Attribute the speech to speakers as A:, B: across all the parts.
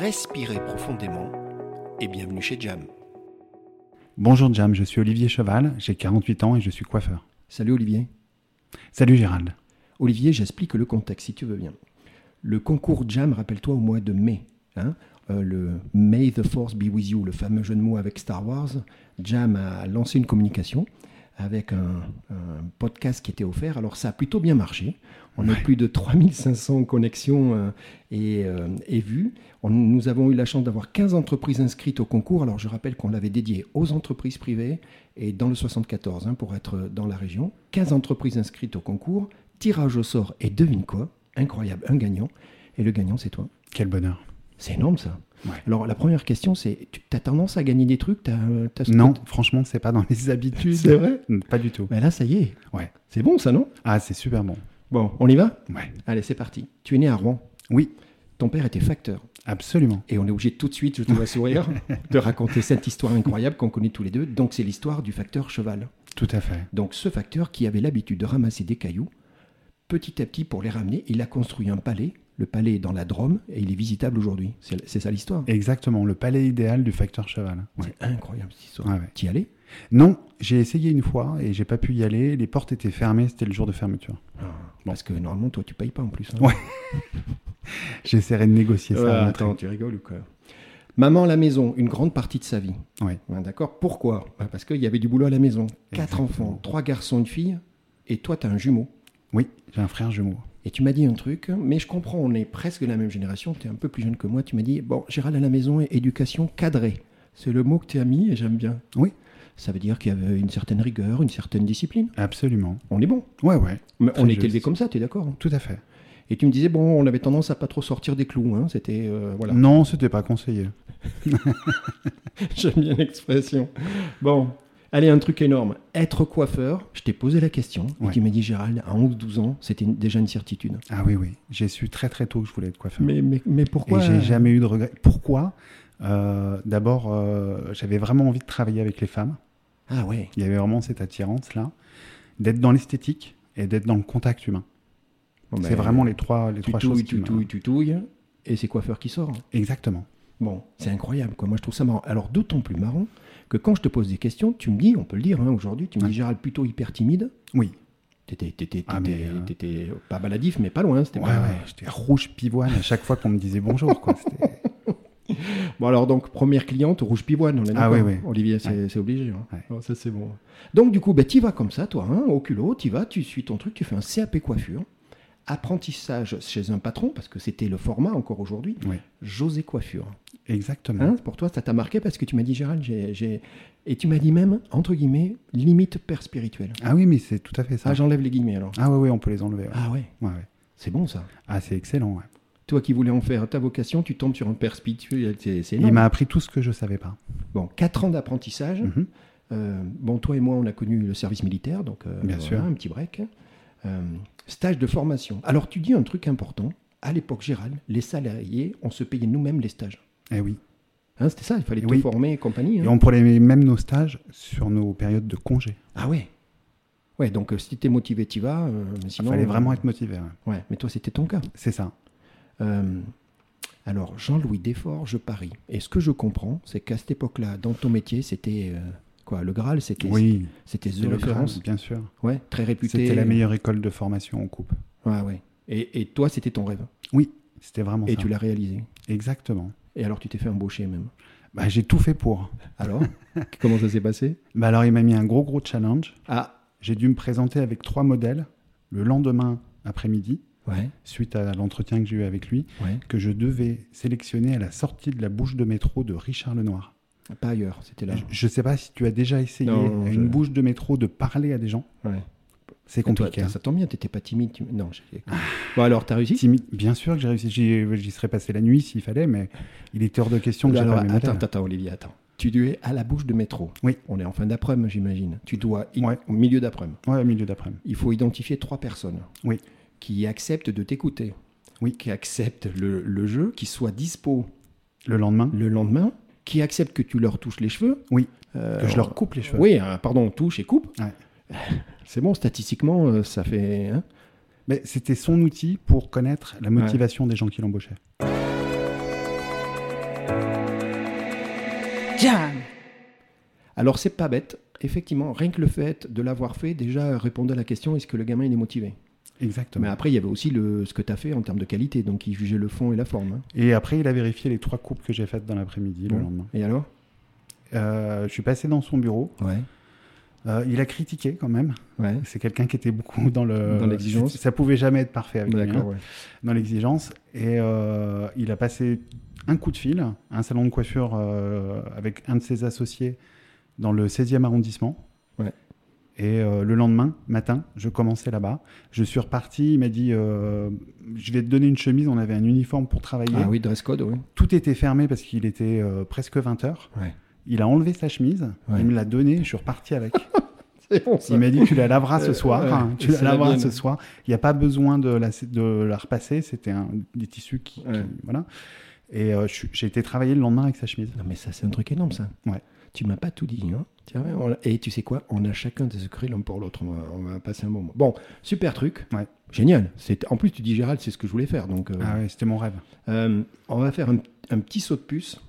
A: respirez profondément et bienvenue chez Jam.
B: Bonjour Jam, je suis Olivier Cheval, j'ai 48 ans et je suis coiffeur.
C: Salut Olivier.
B: Salut Gérald.
C: Olivier, j'explique le contexte si tu veux bien. Le concours Jam, rappelle-toi, au mois de mai. hein, euh, le May the Force be with you, le fameux jeu de mots avec Star Wars. Jam a lancé une communication avec un, un podcast qui était offert. Alors ça a plutôt bien marché. On a plus de 3500 connexions euh, et, euh, et vues. On- nous avons eu la chance d'avoir 15 entreprises inscrites au concours. Alors je rappelle qu'on l'avait dédié aux entreprises privées et dans le 74 hein, pour être dans la région. 15 entreprises inscrites au concours. Tirage au sort et devine quoi Incroyable, un gagnant. Et le gagnant, c'est toi.
B: Quel bonheur.
C: C'est énorme ça.
B: Ouais.
C: Alors la première question, c'est tu as tendance à gagner des trucs t'as- t'as ce
B: Non,
C: que
B: franchement, c'est pas dans mes
C: t-
B: habitudes.
C: C'est vrai
B: Pas du tout.
C: Mais Ben là, ça y est.
B: Ouais.
C: C'est bon ça, non
B: Ah, c'est super bon.
C: Bon, on y va
B: Ouais.
C: Allez, c'est parti. Tu es né à Rouen.
B: Oui,
C: Ton père était facteur.
B: absolument.
C: Et on est obligé tout de suite, je te vois sourire, de raconter cette histoire incroyable qu'on connaît tous les deux. Donc c'est l'histoire du facteur cheval.
B: Tout à fait.
C: Donc ce facteur qui avait l'habitude de ramasser des cailloux, petit à petit pour les ramener, il a construit un palais. Le palais est dans la Drôme et il est visitable aujourd'hui. C'est c'est ça l'histoire.
B: Exactement, le palais idéal du facteur cheval. Ouais.
C: C'est incroyable cette histoire.
B: Ouais, ouais.
C: T'y allais
B: Non, j'ai essayé une fois et j'ai pas pu y aller. Les portes étaient fermées, c'était le jour de fermeture.
C: Parce que normalement, toi, tu payes pas en plus. hein.
B: Ah. Ouais, J'essaierai de négocier
C: Ouais,
B: ça. à
C: attends, tu rigoles ou quoi Maman à la maison, une grande partie de sa vie.
B: Ouais.
C: Ouais, D'accord. Pourquoi Bah, Parce qu'il y avait du boulot à la maison. Quatre
B: Exactement.
C: enfants, trois garçons, une fille. Et toi, tu as un jumeau.
B: Oui, j'ai un frère jumeau.
C: Et tu m'as dit un truc, mais je comprends, on est presque de la même génération, tu es un peu plus jeune que moi. Tu m'as dit, bon, Gérald à la maison, éducation cadrée. C'est le mot que tu as mis et j'aime bien.
B: Oui.
C: Ça veut dire qu'il y avait une certaine rigueur, une certaine discipline.
B: Absolument.
C: On est bon.
B: Ouais, ouais.
C: Mais
B: Très
C: on est
B: juste.
C: élevé comme ça, tu es d'accord hein
B: Tout à fait.
C: Et tu me disais, bon, on avait tendance à pas trop sortir des clous. hein, C'était. euh, voilà.
B: Non, c'était pas conseillé.
C: J'aime bien l'expression. Bon, allez, un truc énorme. Être coiffeur, je t'ai posé la question. Et
B: Ouais.
C: tu m'as dit, Gérald, à 11 12 ans, c'était une- déjà une certitude.
B: Ah oui, oui. J'ai su très très tôt que je voulais être coiffeur.
C: Mais, mais, mais pourquoi
B: Et j'ai jamais eu de regrets. Pourquoi Euh, D'abord, euh, j'avais vraiment envie de travailler avec les femmes.
C: Ah ouais,
B: Il y avait vraiment cette attirance là, d'être dans l'esthétique et d'être dans le contact humain.
C: Bon,
B: c'est
C: ben,
B: vraiment les trois, les
C: tu
B: trois
C: touilles,
B: choses. qui
C: tu
B: me-
C: touilles, tu touilles, et c'est coiffeur qui sort.
B: Exactement.
C: Bon, c'est incroyable, quoi. Moi, je trouve ça marrant. Alors, d'autant plus marrant que quand je te pose des questions, tu me dis, on peut le dire hein, aujourd'hui, tu me dis, Gérald, plutôt hyper timide.
B: Oui.
C: T'étais t'étais-
B: Ah, mais,
C: t'étais-
B: euh,
C: t'étais pas baladif, mais pas loin. c'était
B: Ouais,
C: pas-
B: ouais, J'étais rouge pivoine à chaque fois qu'on me disait bonjour. Quoi. C'était-
C: Bon, alors, donc, première cliente, Rouge Pivoine, on est
B: Ah
C: d'accord.
B: oui, oui.
C: Olivier, c'est c'est obligé. hein.
B: Ouais.
C: Oh, ça, c'est bon. Donc, du coup, ben, tu vas comme ça, toi, hein, au culot, tu vas, tu suis ton truc, tu fais un CAP coiffure, apprentissage chez un patron, parce que c'était le format encore aujourd'hui,
B: Oui.
C: José Coiffure.
B: Exactement.
C: Hein, pour toi, ça t'a marqué parce que tu m'as dit, Gérald, j'ai. j'ai- Et tu m'as dit même, entre guillemets, limite père spirituel.
B: ah oui, mais c'est tout à fait ça.
C: Ah, j'enlève les guillemets alors.
B: Ah ouais, ouais, on peut les enlever. ouais.
C: Ah ouais,
B: Ouais, ouais.
C: c'est bon ça.
B: Ah, c'est excellent. ouais.
C: Toi qui voulais en faire ta vocation, tu tombes sur un père spirituel, c'est c'est
B: Il
C: énorme. Mmh.
B: m'a appris tout ce que je savais pas.
C: Bon, 4 ans d'apprentissage.
B: Mhm.
C: Euh, bon, toi et moi, on a connu le service militaire, donc euh,
B: Bien
C: voilà,
B: sûr.
C: un petit break. Euh, stage de formation. Alors, tu dis un truc important. À l'époque, Gérald, les salariés, on se payait nous-mêmes les stages.
B: Eh oui.
C: Hein, C'était ça, il fallait
B: Et
C: tout
B: oui.
C: former et compagnie. hein.
B: Et on prenait même nos stages sur nos périodes de congé.
C: Ah ouais Ouais, donc euh, si t'es motivé, t'y vas. euh, mais
B: Il
C: sinon,
B: fallait
C: euh,
B: vraiment être motivé. ouais.
C: Ouais, mais toi, c'était ton cas.
B: C'est ça.
C: Euh, alors, Jean-Louis Desforts, je parie. Et ce que je comprends, c'est qu'à cette époque-là, dans ton métier, c'était euh, quoi Le Graal, c'était
B: Oui.
C: c'était
B: C'est
C: The
B: le
C: Référence.
B: grade, bien sûr.
C: Ouais, très réputé.
B: C'était la meilleure école de formation en coupe.
C: Ouais, ouais. Et, et toi, c'était ton rêve.
B: Oui, c'était vraiment
C: Et
B: ça.
C: tu l'as réalisé.
B: Exactement.
C: Et alors, tu t'es fait embaucher même.
B: Bah, j'ai tout fait pour.
C: Alors Comment ça s'est passé
B: Bah, alors, il m'a mis un gros, gros challenge.
C: Ah,
B: J'ai dû me présenter avec trois modèles le lendemain après-midi,
C: ouais,
B: suite à l'entretien que j'ai eu avec lui,
C: ouais.
B: que je devais sélectionner à la sortie de la bouche de métro de Richard Lenoir.
C: Pas ailleurs, c'était là.
B: Je ne sais pas si tu as déjà essayé
C: Non,
B: à
C: je-
B: une bouche de métro de parler à des gens.
C: Ouais.
B: C'est compliqué.
C: Toi,
B: hein. Ah.
C: Ça tombe bien, t'étais pas timide. tu- Non, j'ai- Bon, alors, t'as réussi
B: Timide. Bien sûr que j'ai réussi. J'y j'y serais passé la nuit s'il fallait, mais il était hors de question que j'ai
C: Alors,
B: pas le même
C: Ah, attends,
B: hôtel.
C: attends, attends, Olivier, attends. Tu es à la bouche de métro.
B: Oui.
C: On est en fin d'après-midi, j'imagine. Tu dois, i-
B: Ouais.
C: au milieu d'après-midi,
B: Ouais, au milieu d'après-midi.
C: il faut identifier trois personnes.
B: Oui.
C: Qui acceptent de t'écouter.
B: Oui.
C: Qui acceptent le, le jeu, qui soient dispo
B: Le lendemain,
C: le lendemain, qui acceptent que tu leur touches les cheveux.
B: Oui.
C: Euh,
B: que je leur coupe les cheveux.
C: Oui, euh, pardon, touche et coupe.
B: Ouais.
C: C'est bon, statistiquement, euh, ça fait. hein.
B: Mais c'était son outil pour connaître la motivation des gens qui l'embauchaient.
C: Alors, c'est pas bête. Effectivement, rien que le fait de l'avoir fait, déjà répondait à la question est-ce que le gamin il est motivé
B: Exactement.
C: Mais après, il y avait aussi le, ce que tu as fait en termes de qualité, donc il jugeait le fond et la forme. hein.
B: Et après, il a vérifié les trois coupes que j'ai faites dans l'après-midi le
C: Ouais.
B: lendemain.
C: Et alors
B: Euh, je suis passé dans son bureau.
C: Ouais.
B: Euh, il a critiqué quand même.
C: Ouais.
B: C'est quelqu'un qui était beaucoup dans le
C: Dans l'exigence.
B: Ça pouvait jamais être parfait avec lui. hein.
C: D'accord, Ah ouais.
B: dans l'exigence. Et euh, il a passé un coup de fil à un salon de coiffure euh, avec un de ses associés dans le 16e arrondissement.
C: Ouais.
B: Et euh, le lendemain matin, je commençais là-bas. Je suis reparti. Il m'a dit euh, Je vais te donner une chemise. On avait un uniforme pour travailler.
C: Ah oui, dress code, oui.
B: Tout était fermé parce qu'il était euh, presque 20 heures.
C: Ouais.
B: Il a enlevé sa chemise.
C: Ouais.
B: Il me l'a donnée. Je suis reparti avec.
C: C'est bon, ça.
B: Il m'a dit tu la laveras ce
C: Euh,
B: soir,
C: ouais,
B: hein,
C: et
B: tu la
C: c'est la
B: laveras
C: mienne.
B: ce soir. Il n'y a pas besoin de la, de la repasser, c'était un- des tissus qui, qui-
C: Ouais.
B: voilà. Et euh, je suis- j'ai été travailler le lendemain avec sa chemise.
C: Non, mais ça, c'est un truc énorme, ça.
B: Ouais.
C: Tu m'as pas tout dit, hein Tiens, ouais, on l'a- Et tu sais quoi On a chacun des secrets l'un pour l'autre. On, va- on va passer un moment. Bon, super truc.
B: Ouais.
C: Génial. C'est- En plus, tu dis, Gérald, c'est ce que je voulais faire. Donc, euh,
B: Ah ouais, c'était mon rêve.
C: euh, on va faire un, un petit saut de puce.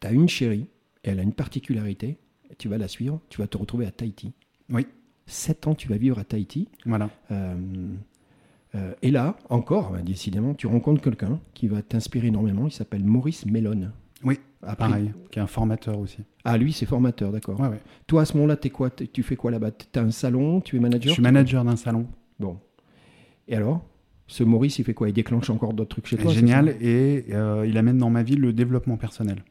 C: Tu as une chérie, et elle a une particularité. Tu vas la suivre, tu vas te retrouver à Tahiti.
B: Oui.
C: 7 ans, tu vas vivre à Tahiti.
B: Voilà.
C: Euh, euh, et là, encore, bah, décidément, tu rencontres quelqu'un qui va t'inspirer énormément. Il s'appelle Maurice Mellon.
B: Oui,
C: Après-
B: Ah, pareil, qui est un formateur aussi.
C: Ah, lui, c'est formateur, d'accord.
B: Ouais, ouais.
C: Toi, à ce moment-là, t'es quoi T'es- Tu fais quoi là-bas T'as un salon Tu es
B: Je
C: manager
B: suis manager d'un salon.
C: Bon. Et alors Ce Maurice, il fait quoi Il déclenche encore d'autres trucs chez
B: Et
C: toi c'est
B: génial.
C: ça
B: Et euh, il amène dans ma vie le développement personnel.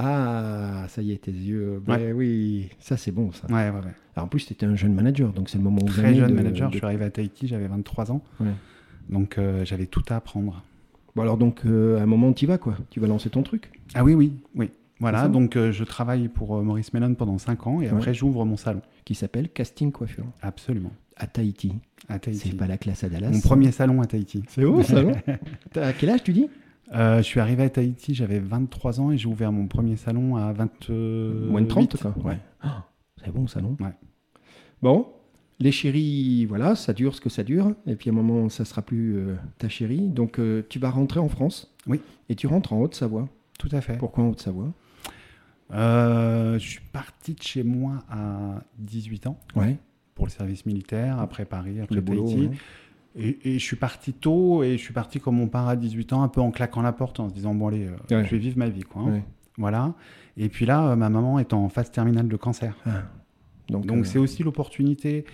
C: Ah, ça y est, tes yeux. Ben oui, ça c'est bon ça.
B: Ouais, ouais, ouais.
C: Alors, en plus, t'étais un jeune manager, donc c'est le moment où
B: Très
C: jamais
B: jeune
C: de-
B: manager.
C: de-
B: Je suis arrivé à Tahiti, j'avais 23 ans.
C: Ouais.
B: Donc euh, j'avais tout à apprendre.
C: Bon, alors donc, euh, à un moment, t'y vas quoi Tu vas lancer ton truc
B: Ah oui, oui, oui.
C: C'est
B: Voilà,
C: ça.
B: donc euh, je travaille pour euh, Maurice Mellon pendant 5 ans et
C: Ouais.
B: après j'ouvre mon salon.
C: qui s'appelle Casting Coiffure
B: Absolument.
C: à Tahiti.
B: À Tahiti.
C: C'est pas la classe à Dallas.
B: Mon premier salon à Tahiti.
C: C'est où salon T'as- À quel âge tu dis
B: Euh, je suis arrivé à Tahiti, j'avais 23 ans et j'ai ouvert mon premier salon à 20.
C: Moins de 30 quoi.
B: Euh, Ouais.
C: Ah, c'est bon salon.
B: Ouais.
C: Bon, les chéris, voilà, ça dure ce que ça dure. Et puis à un moment, ça sera plus euh, ta chérie. Donc euh, tu vas rentrer en France.
B: Oui.
C: Et tu rentres en Haute-Savoie.
B: Tout à fait.
C: Pourquoi en Haute-Savoie
B: Euh, je suis parti de chez moi à 18 ans
C: Ouais.
B: pour le service militaire, après Paris, après
C: Le boulot.
B: Tahiti.
C: ouais.
B: Et, et je suis parti tôt et je suis parti comme on part à 18 ans, un peu en claquant la porte, en se disant bon allez, euh,
C: Ouais.
B: je vais vivre ma vie quoi. hein.
C: Ouais.
B: Voilà. Et puis là, euh, ma maman est en phase terminale de cancer.
C: Ah. Donc,
B: Donc
C: euh,
B: c'est aussi l'opportunité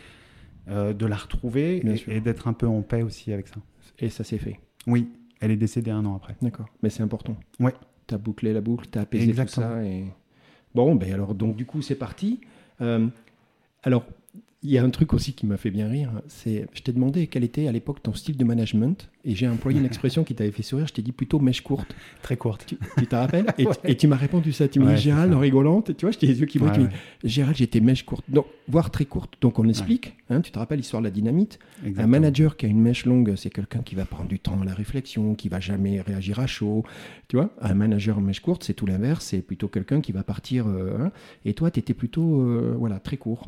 B: euh, de la retrouver
C: Bien
B: et-
C: sûr.
B: et, d'être un peu en paix aussi avec ça.
C: et ça s'est fait.
B: Oui, elle est décédée un an après.
C: D'accord. Mais c'est important.
B: Ouais.
C: T'as bouclé la boucle, t'as apaisé
B: Exactement.
C: tout ça. Et... Bon, ben alors, donc du coup, c'est parti. Euh, alors, il y a un truc aussi qui m'a fait bien rire. C'est, je t'ai demandé quel était à l'époque ton style de management, et j'ai employé une expression qui t'avait fait sourire. Je t'ai dit plutôt mèche courte.
B: Très courte.
C: Tu tu t'en rappelles et, tu-
B: Ouais.
C: et tu m'as répondu ça. Tu m'as
B: Ouais,
C: dit
B: c'est
C: Gérald en rigolant. Tu vois, j'étais les yeux qui brillent.
B: Ouais,
C: tu m'as dit, Gérald, j'étais mèche courte, donc voire très courte. Donc on explique. hein, tu te rappelles l'histoire de la dynamite un manager qui a une mèche longue, c'est quelqu'un qui va prendre du temps à la réflexion, qui va jamais réagir à chaud. Tu vois, un manager en mèche courte, c'est tout l'inverse, c'est plutôt quelqu'un qui va partir. euh, hein. et toi, tu étais plutôt euh, voilà, très court.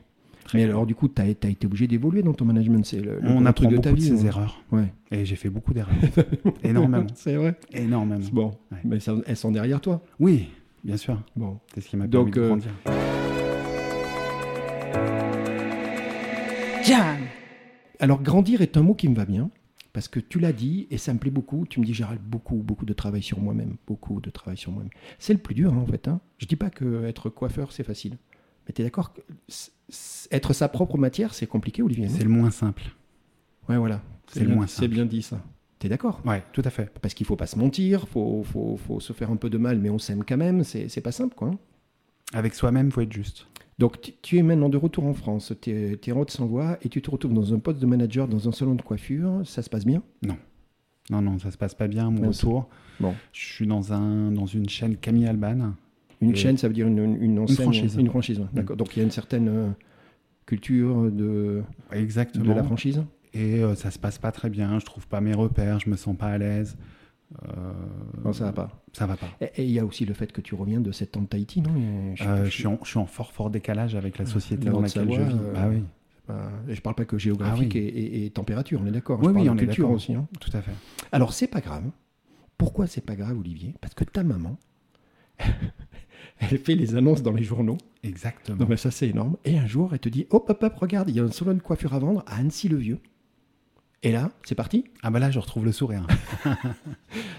C: Mais alors, du coup, tu as, été obligé d'évoluer dans ton management. C'est le, le
B: On
C: gros
B: apprend
C: truc de
B: beaucoup
C: ta
B: de
C: vie. hein.
B: ses
C: ouais.
B: erreurs.
C: Ouais.
B: Et j'ai fait beaucoup d'erreurs. énormément.
C: c'est vrai.
B: Énormément.
C: Bon,
B: Ouais.
C: mais ça- elles sont derrière toi.
B: Oui, bien sûr.
C: Bon.
B: C'est ce qui m'a
C: Donc,
B: permis de
C: euh,
B: grandir.
C: Alors, grandir est un mot qui me va bien, parce que tu l'as dit, et ça me plaît beaucoup. Tu me dis, Gérald, beaucoup, beaucoup de travail sur moi-même, beaucoup de travail sur moi-même. C'est le plus dur, hein, en fait. hein. Je dis pas que être coiffeur, c'est facile. Mais tu es d'accord que c- c- être sa propre matière, c'est compliqué, Olivier non
B: C'est le moins simple.
C: Ouais, voilà.
B: c'est le
C: bien-
B: moins
C: C'est bien dit, ça. Tu es d'accord
B: Ouais, tout à fait.
C: Parce qu'il faut pas se mentir, faut, faut, faut se faire un peu de mal, mais on s'aime quand même. C'est c'est pas simple, quoi. hein.
B: Avec soi-même, faut être juste.
C: Donc tu- tu es maintenant de retour en France, tu es, en Haute-Savoie et tu te retrouves dans un poste de manager dans un salon de coiffure, ça se passe bien
B: Non, non, ça se passe pas bien, mon
C: Mince.
B: retour.
C: Bon.
B: Je suis dans, un, dans une chaîne Camille Alban.
C: Une
B: Et-
C: chaîne, ça veut dire une, une, une enseigne,
B: franchise. Mm.
C: Une franchise, ouais, d'accord. Donc il y a une certaine euh, culture de,
B: Exactement.
C: de la franchise
B: Et euh, ça se passe pas très bien, je trouve pas mes repères, je me sens pas à l'aise. Euh,
C: Non, ça va pas.
B: ça va pas.
C: Et et il y a aussi le fait que tu reviens de 7 ans de Tahiti, non Il y a- je Ah, sais
B: Euh,
C: pas,
B: je, suis en, je suis en fort fort décalage avec la société
C: la
B: dans laquelle je
C: Haute-Savoie,
B: vis.
C: euh,
B: Bah oui,
C: Bah, je parle pas que géographique
B: Ah oui.
C: et, et- et température, on est d'accord.
B: Oui,
C: je
B: oui,
C: parle
B: on
C: de
B: est
C: culture
B: d'accord.
C: aussi. hein.
B: tout à fait.
C: Alors c'est pas grave. Pourquoi c'est pas grave, Olivier Parce que ta maman, elle fait les annonces dans les journaux.
B: Exactement.
C: Non mais ça c'est énorme. Et un jour, elle te dit, hop, hop, hop, regarde, il y a un salon de coiffure à vendre à Annecy-le-Vieux. Et là, c'est parti.
B: Ah bah là, je retrouve le sourire.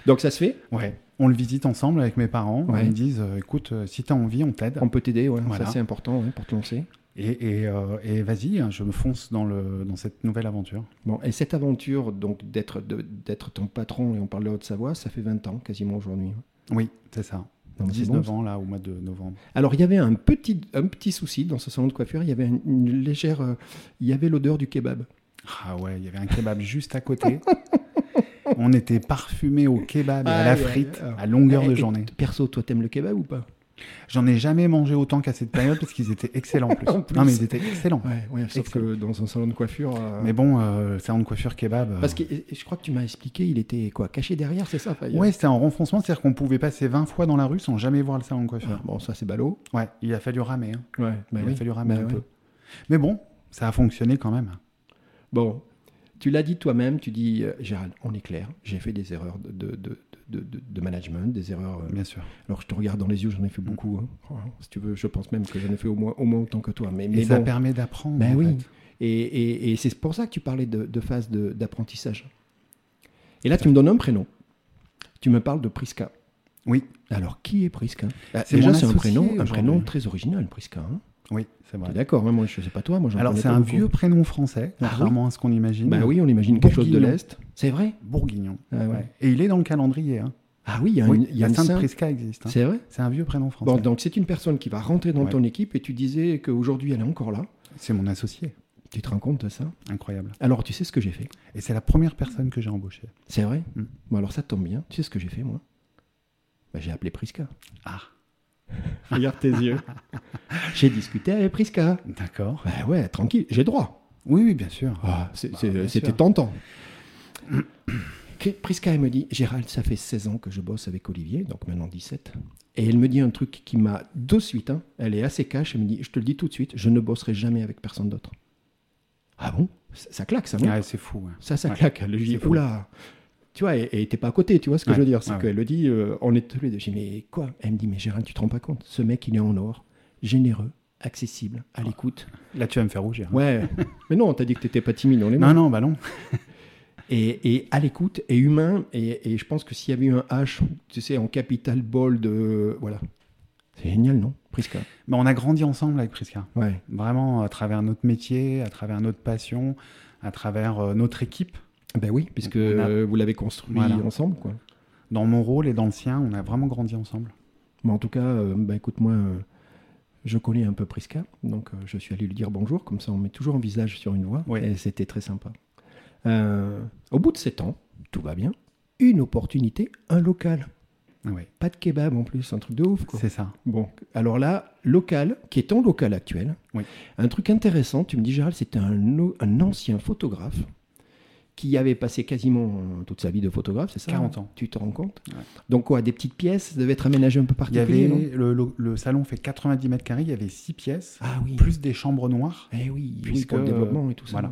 C: Donc ça se fait.
B: ouais. On le visite ensemble avec mes parents.
C: Ouais.
B: Ils me disent, euh, écoute, euh, si t'as envie, on t'aide.
C: On peut t'aider, ouais,
B: Voilà.
C: ça c'est important ouais, pour te lancer.
B: Et, et, euh, et vas-y, hein, je me fonce dans, le, dans cette nouvelle aventure.
C: Bon, et cette aventure donc d'être de- d'être ton patron, et on parle de Haute-Savoie, ça fait 20 ans quasiment aujourd'hui. hein.
B: Oui, c'est ça.
C: Non, mais c'est
B: 19
C: bon,
B: ans là, au mois de novembre.
C: Alors il y avait un petit, un petit souci dans ce salon de coiffure, il y avait une, une légère... euh, il y avait l'odeur du kebab.
B: Ah ouais, il y avait un kebab juste à côté. On était parfumé au kebab et à la
C: Aïe, aïe,
B: frite
C: aïe. Bah,
B: à longueur
C: Et-
B: de
C: et
B: journée.
C: t- Eh, Perso, toi t'aimes le kebab ou pas
B: J'en ai jamais mangé autant qu'à cette période parce qu'ils étaient excellents en plus.
C: En plus.
B: Non mais ils étaient excellents.
C: Ouais, ouais, sauf
B: Excellent.
C: que dans un salon de coiffure... euh,
B: Mais bon, euh, salon de coiffure kebab. euh,
C: Parce que et- et je crois que tu m'as expliqué, il était quoi Caché derrière, c'est ça Fayol
B: Ouais, c'était en renfoncement, c'est-à-dire qu'on pouvait passer 20 fois dans la rue sans jamais voir le salon de coiffure.
C: Ah, Bon, ça c'est ballot.
B: Ouais, il a fallu ramer. hein.
C: Ouais,
B: il a fallu ramer
C: bah
B: un
C: ouais.
B: peu. Mais bon, ça a fonctionné quand même.
C: Bon, tu l'as dit toi-même, tu dis, euh, Gérald, on est clair, j'ai fait des erreurs de, de, de, de- de- de management, des erreurs... euh,
B: Bien sûr.
C: Alors je te regarde dans les yeux, j'en ai fait beaucoup. hein. Oh, Si tu veux, je pense même que j'en ai fait au moins, au moins autant que toi. Mais, mais
B: et ça
C: bon.
B: permet d'apprendre.
C: Ben
B: en
C: oui.
B: fait.
C: Et, et- et c'est pour ça que tu parlais de, de phase de- d'apprentissage. Et là, tu me donnes un prénom. Tu me parles de Prisca.
B: Oui,
C: Alors, qui est Prisca Ah,
B: C'est
C: Déjà,
B: mon
C: c'est un
B: associé
C: prénom, un
B: aujourd'hui. hein.
C: prénom très original, Prisca. hein.
B: oui, c'est
C: T'es
B: vrai.
C: d'accord, hein, moi je sais pas toi, moi j'en
B: Alors
C: connais
B: c'est
C: pas
B: un
C: beaucoup.
B: vieux prénom français,
C: Ah oui.
B: contrairement à ce qu'on imagine.
C: Ben oui, on imagine quelque chose de
B: Bourguignon.
C: l'Est. C'est vrai
B: Bourguignon.
C: Ah ouais.
B: Ouais. Et il est dans le calendrier. hein.
C: Ah oui, il y a,
B: Oui,
C: une- il y a
B: la
C: une
B: Sainte
C: sainte-
B: Prisca existe. hein.
C: C'est vrai
B: C'est un vieux prénom français.
C: Bon, donc c'est une personne qui va rentrer dans
B: Ouais.
C: ton équipe et tu disais qu'aujourd'hui elle est encore là.
B: C'est mon associé.
C: Tu te rends compte de ça
B: Incroyable.
C: Alors tu sais ce que j'ai fait
B: Et c'est la première personne que j'ai embauchée.
C: C'est vrai
B: Mm.
C: Bon, alors ça tombe bien. Tu sais ce que j'ai fait, moi Bah, J'ai appelé Prisca.
B: Ah,
C: Regarde tes yeux. j'ai discuté avec Prisca.
B: d'accord.
C: Bah ouais, tranquille, j'ai droit.
B: Oui, oui, bien sûr.
C: Ah, c'est-
B: Bah,
C: c'est-
B: bien
C: C'était
B: sûr.
C: tentant. Que- Prisca, elle me dit Gérald, ça fait 16 ans que je bosse avec Olivier, donc maintenant 17. Et elle me dit un truc qui m'a de suite, hein, elle est assez cash, elle me dit Je te le dis tout de suite, je ne bosserai jamais avec personne d'autre. Ah bon ça, ça claque, ça, non
B: Ouais, c'est fou. ouais.
C: Ça, ça
B: Ouais.
C: claque. Je dis,
B: C'est fou.
C: oula. Tu vois, et et t'es pas à côté, tu vois ce que
B: Ouais,
C: je veux dire. C'est
B: ouais,
C: qu'elle le dit, euh, on est tous les deux. Je dis, mais quoi Elle me dit, mais Gérald, tu te rends pas compte Ce mec, il est en or, généreux, accessible, à l'écoute.
B: Là, tu vas me faire rougir. hein.
C: Ouais, mais non, t'as dit que t'étais pas timide, on est
B: Non,
C: mort.
B: non, bah non.
C: Et, et à l'écoute, et humain, et, et je pense que s'il y avait eu un H, tu sais, en capital bol de. Voilà. C'est génial, non Prisca.
B: Bah, on a grandi ensemble avec Prisca.
C: Ouais.
B: Vraiment, à travers notre métier, à travers notre passion, à travers euh, notre équipe.
C: Ben oui, puisque
B: On a-
C: euh, vous l'avez construit
B: Voilà.
C: ensemble, quoi.
B: Dans mon rôle et dans le sien, on a vraiment grandi ensemble.
C: Mais en tout cas, euh, bah, écoute, moi, euh, je connais un peu Prisca, donc euh, je suis allé lui dire bonjour, comme ça on met toujours un visage sur une voix,
B: Oui.
C: et c'était très sympa. Euh, au bout de sept ans, tout va bien, une opportunité, un local.
B: Ah ouais,
C: Pas de kebab en plus, un truc de ouf. Quoi.
B: c'est ça.
C: Bon, alors là, local, qui est ton local actuel,
B: Oui.
C: un truc intéressant, tu me dis Gérald, c'était un, o- un ancien photographe qui avait passé quasiment euh, toute sa vie de photographe, c'est ça hein
B: 40 ans.
C: Tu te rends compte
B: Ouais.
C: Donc quoi, des petites pièces, ça devait être aménagé un peu
B: Il y
C: particulier
B: avait
C: non
B: le, le- le salon fait 90 mètres carrés, il y avait 6 pièces,
C: Ah oui.
B: plus des chambres noires.
C: Eh oui, oui,
B: Puisque,
C: pour le développement et tout ça.
B: voilà.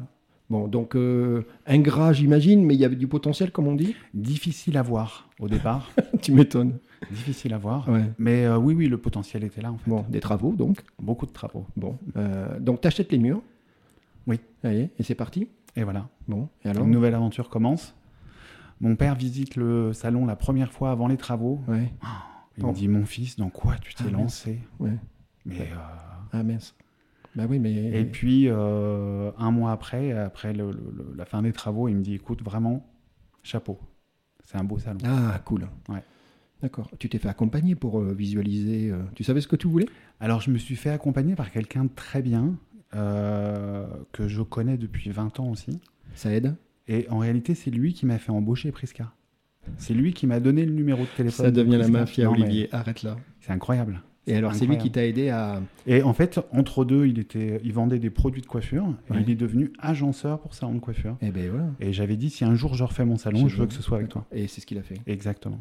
C: Bon, donc euh, ingrat, j'imagine, mais il y avait du potentiel, comme on dit.
B: Difficile à voir au départ,
C: tu m'étonnes.
B: difficile à voir.
C: Ouais.
B: Mais euh, oui, oui, le potentiel était là en fait.
C: Bon, des travaux, donc.
B: Beaucoup de travaux.
C: Bon, euh, donc t'achètes les murs.
B: Oui.
C: Allez, et c'est parti.
B: Et voilà,
C: Bon, et alors
B: une nouvelle aventure commence. Mon père visite le salon la première fois avant les travaux.
C: Ouais,
B: Il
C: Oh.
B: me dit Mon fils, dans quoi tu t'es
C: Ah,
B: lancé
C: ouais.
B: Mais, euh,
C: Ah mince. Bah oui, mais.
B: Et puis, euh, un mois après, après le- le- le- la fin des travaux, il me dit Écoute, vraiment, chapeau. C'est un beau salon.
C: Ah, cool.
B: Ouais.
C: D'accord. Tu t'es fait accompagner pour euh, visualiser. euh, tu savais ce que tu voulais
B: Alors, je me suis fait accompagner par quelqu'un de très bien, euh, que je connais depuis 20 ans aussi.
C: Ça aide
B: Et en réalité, c'est lui qui m'a fait embaucher Prisca. C'est lui qui m'a donné le numéro de téléphone.
C: Ça
B: de
C: devient la
B: Prisca.
C: mafia,
B: Non, mais
C: Olivier. Arrête là.
B: C'est incroyable.
C: Et alors, c'est lui
B: incroyable.
C: qui t'a aidé à.
B: Et en fait, entre deux, il, était, il vendait des produits de coiffure et
C: Ouais.
B: il est devenu agenceur pour salon de coiffure.
C: Eh ben voilà.
B: Et j'avais dit, si un jour je refais mon salon,
C: Chez
B: je veux
C: vous.
B: que ce soit avec toi.
C: Et c'est ce qu'il a fait.
B: Exactement.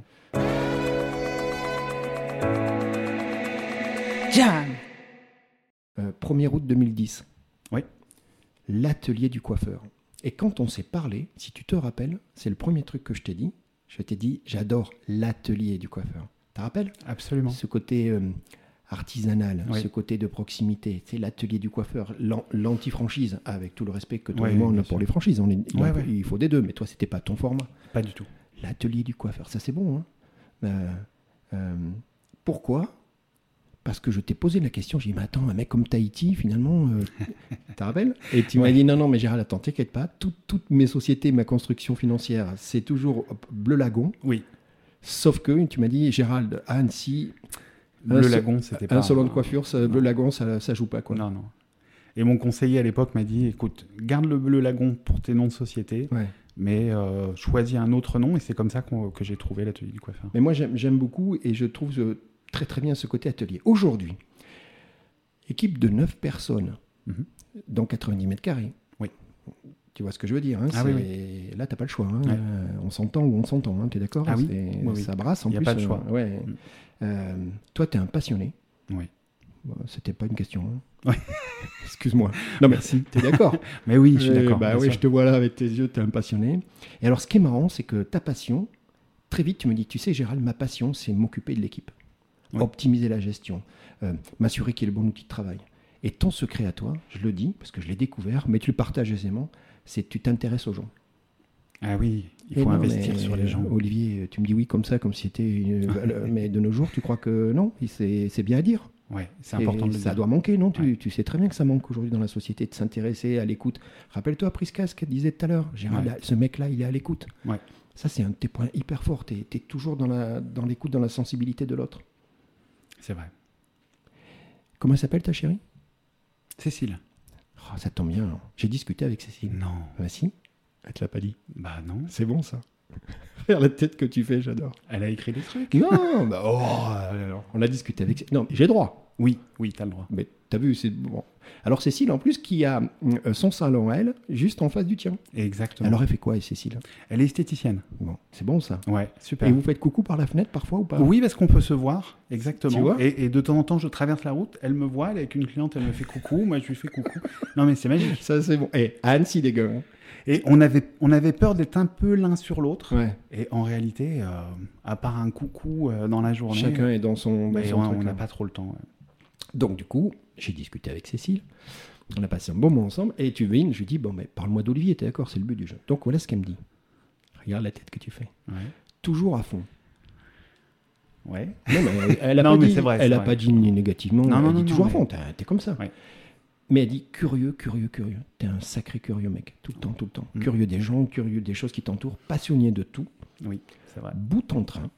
C: Euh, 1er août 2010.
B: Oui.
C: L'atelier du coiffeur. Et quand on s'est parlé, si tu te rappelles, c'est le premier truc que je t'ai dit. Je t'ai dit, j'adore l'atelier du coiffeur. Tu te rappelles
B: Absolument.
C: Ce côté euh, artisanal,
B: Oui.
C: ce côté de proximité. C'est l'atelier du coiffeur, l'an- l'anti-franchise, avec tout le respect que tout
B: Ouais,
C: le monde
B: bien
C: a pour
B: sûr.
C: les franchises. On est- il, en
B: Ouais,
C: faut-
B: ouais.
C: il faut des deux, mais toi, c'était pas ton format.
B: Pas du tout.
C: L'atelier du coiffeur, ça c'est bon. hein. Euh, euh, pourquoi Parce que je t'ai posé la question, j'ai dit, mais attends, un mec comme Tahiti, finalement, euh, tu te rappelles Et tu m'as
B: Ouais.
C: dit, non, non, mais Gérald, attends, t'inquiète pas, tout- toutes mes sociétés, ma construction financière, c'est toujours hop, Bleu Lagon,
B: Oui.
C: sauf que tu m'as dit, Gérald, à Annecy, un
B: Le
C: seul-
B: lagon, c'était pas.
C: un salon de coiffure, ça- Bleu
B: non.
C: Lagon, ça, ça joue pas, quoi.
B: Non, non. Et mon conseiller à l'époque m'a dit écoute, garde le bleu lagon pour tes noms de société,
C: Ouais.
B: mais euh, choisis un autre nom. Et c'est comme ça qu'on- que j'ai trouvé l'atelier du coiffeur.
C: Mais moi, j'aime j'aime beaucoup et je trouve euh, très très bien ce côté atelier. Aujourd'hui, équipe de 9 personnes
B: Mhm.
C: dans 90 mètres carrés.
B: Oui.
C: Tu vois ce que je veux dire hein,
B: Ah
C: c'est-
B: oui,
C: Là, t'as pas le choix. hein,
B: Ouais.
C: euh, On s'entend ou on s'entend. hein, tu es d'accord
B: Ah oui,
C: C'est-
B: oui, oui.
C: Ça brasse en
B: Y a
C: plus.
B: pas de
C: euh,
B: choix.
C: ouais.
B: Mm.
C: Euh, toi, tu es un passionné.
B: Oui.
C: Bon, C'était pas une question. hein.
B: Ouais.
C: Excuse-moi. Non, mais
B: Merci.
C: t'es d'accord
B: Mais oui, je suis
C: euh,
B: d'accord.
C: bah
B: bien
C: oui,
B: sûr.
C: je te vois là avec tes yeux, tu es un passionné. Et alors, ce qui est marrant, c'est que ta passion, très vite, tu me dis, tu sais, Gérald, ma passion, c'est m'occuper de l'équipe,
B: Oui.
C: optimiser la gestion, euh, m'assurer qu'il y ait le bon outil de travail. Et ton secret à toi, je le dis, parce que je l'ai découvert, mais tu le partages aisément, c'est que tu t'intéresses aux gens.
B: Ah oui, il
C: Eh
B: faut
C: non,
B: investir
C: mais,
B: sur les
C: euh,
B: gens.
C: Olivier, tu me dis oui comme ça, comme si c'était une valeur, mais de nos jours, tu crois que non, il- c'est c'est bien à dire.
B: Ouais, c'est
C: oh. Et
B: important de le
C: ça
B: dire.
C: doit manquer, non tu,
B: Ouais.
C: tu sais très bien que ça manque aujourd'hui dans la société de s'intéresser à l'écoute. Rappelle-toi Prisca, ce qu'elle disait tout à l'heure. Gérald,
B: Ouais.
C: là, ce mec-là, il est à l'écoute.
B: Ouais.
C: Ça, c'est un de tes points hyper forts. Tu es, toujours dans la- dans l'écoute, dans, la sensibilité de l'autre.
B: C'est vrai.
C: Comment elle s'appelle ta chérie
B: Cécile Oh,
C: Ah, Ça tombe bien. alors. J'ai discuté avec Cécile.
B: Non.
C: Bah si. Elle te l'a pas dit.
B: Bah non.
C: C'est bon, ça. Faire la tête que tu fais, j'adore.
B: Elle a écrit des trucs
C: Non, bah, oh, alors, on a discuté avec... Non, j'ai droit.
B: Oui, oui, t'as le droit.
C: Mais t'as vu, c'est bon. Alors Cécile, en plus, qui a euh, son salon, elle, juste en face du tien.
B: Exactement.
C: Alors elle fait quoi, Cécile
B: elle est esthéticienne.
C: Bon, c'est bon ça.
B: Ouais, super.
C: Et vous faites coucou par la fenêtre parfois ou pas
B: Oui, parce qu'on peut se voir, exactement.
C: Tu vois
B: et, et de temps en temps, je traverse la route, elle me voit, elle est avec une cliente, elle me fait coucou, moi je lui fais coucou. Non mais c'est magique.
C: Ça c'est bon. Et Annecy les gars. hein.
B: Et on avait, on avait peur d'être un peu l'un sur l'autre.
C: Ouais.
B: Et en réalité, euh, à part un coucou euh, dans la journée,
C: Chacun est dans son. dans
B: mais
C: son
B: ouais,
C: truc, hein.
B: on n'a
C: là.
B: pas trop le temps. ouais.
C: Donc du coup, j'ai discuté avec Cécile. On a passé un bon moment ensemble. Et tu viens, je lui dis bon mais parle-moi d'Olivier, t'es d'accord, c'est le but du jeu. Donc voilà ce qu'elle me dit. Regarde la tête que tu fais.
B: Ouais.
C: Toujours à fond.
B: Ouais.
C: Non, mais elle a
B: Non,
C: pas
B: mais
C: dit-
B: c'est vrai,
C: Elle
B: c'est
C: a
B: vrai.
C: pas dit ni négativement.
B: Non,
C: elle
B: non,
C: dit
B: non,
C: toujours
B: non,
C: à fond. T'es- T'es comme ça.
B: Ouais.
C: Mais elle dit curieux, curieux, curieux. T'es un sacré curieux mec, tout le temps, tout le temps.
B: Mm.
C: Curieux des gens, curieux des choses qui t'entourent, passionné de tout.
B: Oui, c'est vrai.
C: bout en train.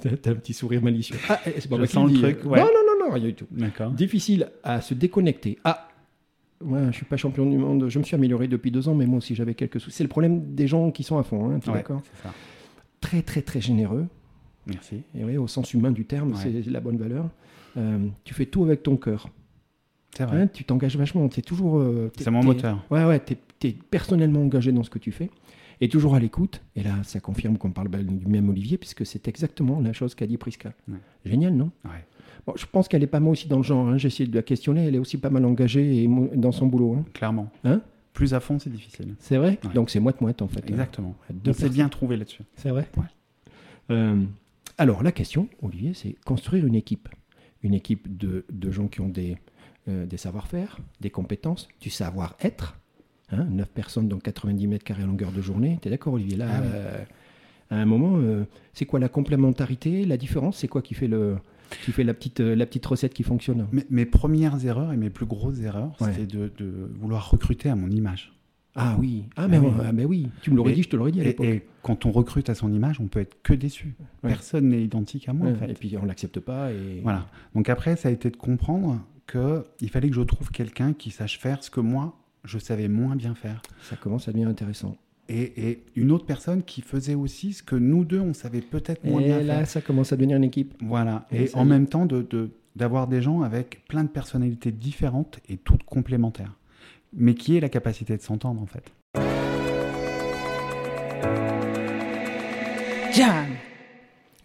C: T'as t'as un petit sourire malicieux. Ah, eh, c'est pas
B: Je
C: moi qui
B: sens
C: le
B: le
C: dis.
B: truc, ouais.
C: Non, non, non, non, rien du tout.
B: D'accord.
C: Difficile à se déconnecter. Ah, moi, je suis pas champion du monde. Je me suis amélioré depuis deux ans, mais moi aussi, j'avais quelques soucis. C'est le problème des gens qui sont à fond, hein, t'es
B: Ouais,
C: d'accord
B: c'est ça.
C: Très, très, très généreux.
B: Merci.
C: Et oui, au sens humain du terme,
B: Ouais.
C: c'est la bonne valeur. Euh, tu fais tout avec ton cœur.
B: C'est vrai.
C: Hein, tu t'engages vachement. T'es toujours. euh, t'es-
B: c'est mon
C: t'es-
B: moteur.
C: Ouais, ouais, t'es es personnellement engagé dans ce que tu fais et toujours à l'écoute. Et là, ça confirme qu'on parle ben, du même Olivier puisque c'est exactement la chose qu'a dit Prisca.
B: Ouais.
C: Génial, non
B: Ouais.
C: Bon, Je pense qu'elle est pas mal aussi dans le genre. hein. J'ai essayé de la questionner. Elle est aussi pas mal engagée et mo- dans son boulot. hein.
B: Clairement.
C: Hein
B: Plus à fond, c'est difficile.
C: C'est vrai
B: Ouais.
C: Donc c'est moite-moite en fait.
B: Exactement.
C: hein. Deux
B: On s'est
C: personnes.
B: bien trouvé là-dessus.
C: C'est vrai
B: Ouais.
C: Euh, Alors, la question, Olivier, c'est construire une équipe. Une équipe de, de gens qui ont des, euh, des savoir-faire, des compétences, du savoir-être. Hein, 9 personnes dans 90 mètres carrés à longueur de journée. T'es d'accord, Olivier Là,
B: Ah oui.
C: euh, à un moment, euh, c'est quoi la complémentarité, la différence C'est quoi qui fait, le, qui fait la, petite, euh, la petite recette qui fonctionne
B: Mes, mes premières erreurs et mes plus grosses erreurs,
C: Ouais.
B: c'était de, de vouloir recruter à mon image.
C: Ah oui, ah, mais,
B: Ah oui.
C: on- ah, mais oui, tu me l'aurais
B: Et-
C: dit, je te l'aurais dit à
B: Et,
C: l'époque.
B: et quand on recrute à son image, on peut être que déçu.
C: Ouais.
B: Personne n'est identique à moi,
C: Ouais,
B: en fait.
C: Et puis on l'accepte pas. Et...
B: Voilà. Donc après, ça a été de comprendre que il fallait que je trouve quelqu'un qui sache faire ce que moi, je savais moins bien faire.
C: Ça commence à devenir intéressant.
B: Et, et une autre personne qui faisait aussi ce que nous deux, on savait peut-être moins
C: et
B: bien
C: là,
B: faire.
C: ça commence à devenir une équipe.
B: Voilà.
C: Et
B: Et
C: ça
B: en
C: y est.
B: même temps, de- de- d'avoir des gens avec plein de personnalités différentes et toutes complémentaires. Mais qui est la capacité de s'entendre, en fait.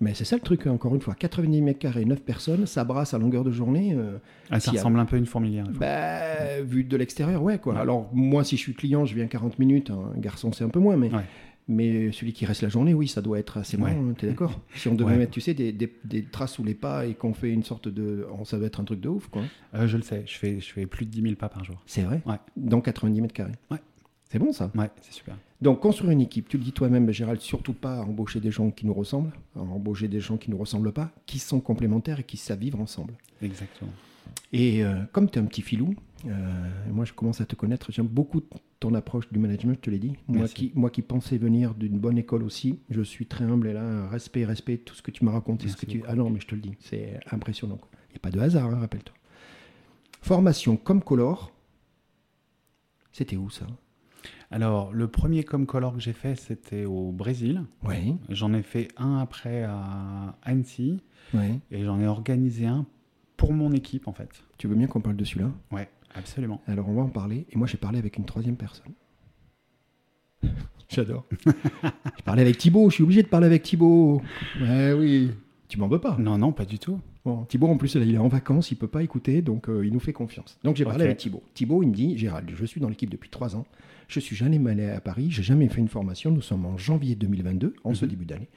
C: Mais c'est ça le truc, hein, encore une fois. 90 mètres carrés, 9 personnes, ça brasse à longueur de journée. euh,
B: Ah, ça
C: Si,
B: ressemble un peu à une fourmilière.
C: bah, vu de l'extérieur, ouais, quoi.
B: Ouais.
C: Alors, moi, si je suis client, je viens 40 minutes. hein, Un garçon, c'est un peu moins, mais.
B: Ouais.
C: Mais celui qui reste la journée, oui, ça doit être assez loin,
B: Ouais.
C: hein, t'es d'accord Si on devait
B: Ouais.
C: mettre, tu sais, des, des- des traces sous les pas et qu'on fait une sorte de... on- Ça doit être un truc de ouf, quoi.
B: Euh, je le sais, je fais, je fais plus de 10 000 pas par jour.
C: C'est vrai
B: Ouais.
C: Dans 90 mètres carrés.
B: Ouais.
C: C'est bon, ça
B: Ouais, c'est super.
C: Donc, construire une équipe, tu le dis toi-même, Gérald, surtout pas embaucher des gens qui nous ressemblent, hein, embaucher des gens qui nous ressemblent pas, qui sont complémentaires et qui savent vivre ensemble.
B: Exactement.
C: Et euh, comme tu es un petit filou, euh, moi je commence à te connaître, j'aime beaucoup ton approche du management, je te l'ai dit. Moi
B: Merci.
C: qui, moi qui pensais venir d'une bonne école aussi, je suis très humble et là, respect, respect, tout ce que tu m'as raconté. Ce
B: Merci
C: que tu... Ah non, mais je te le dis, c'est impressionnant. Il n'y a pas de hasard, hein, rappelle-toi. Formation comme color, c'était où ça
B: Alors, le premier Comcolor que j'ai fait, c'était au Brésil.
C: Oui,
B: J'en ai fait un après à Annecy
C: oui.
B: et j'en ai organisé un pour mon équipe en fait.
C: Tu veux bien qu'on parle de celui-là
B: Ouais, absolument.
C: Alors on va en parler. Et moi j'ai parlé avec une troisième personne. J'adore. je parlais avec Thibaut, je suis obligé de parler avec Thibaut. Ouais Eh oui. Tu m'en veux pas.
B: Non, non, pas du tout.
C: Bon, Thibaut en plus il est en vacances, il peut pas écouter, donc euh, il nous fait confiance. Donc j'ai parlé
B: Ok.
C: avec Thibaut. Thibaut il me dit, Gérald, je suis dans l'équipe depuis trois ans, je suis jamais allé à Paris, j'ai jamais fait une formation, nous sommes en janvier 2022, en
B: Mhm.
C: ce début d'année.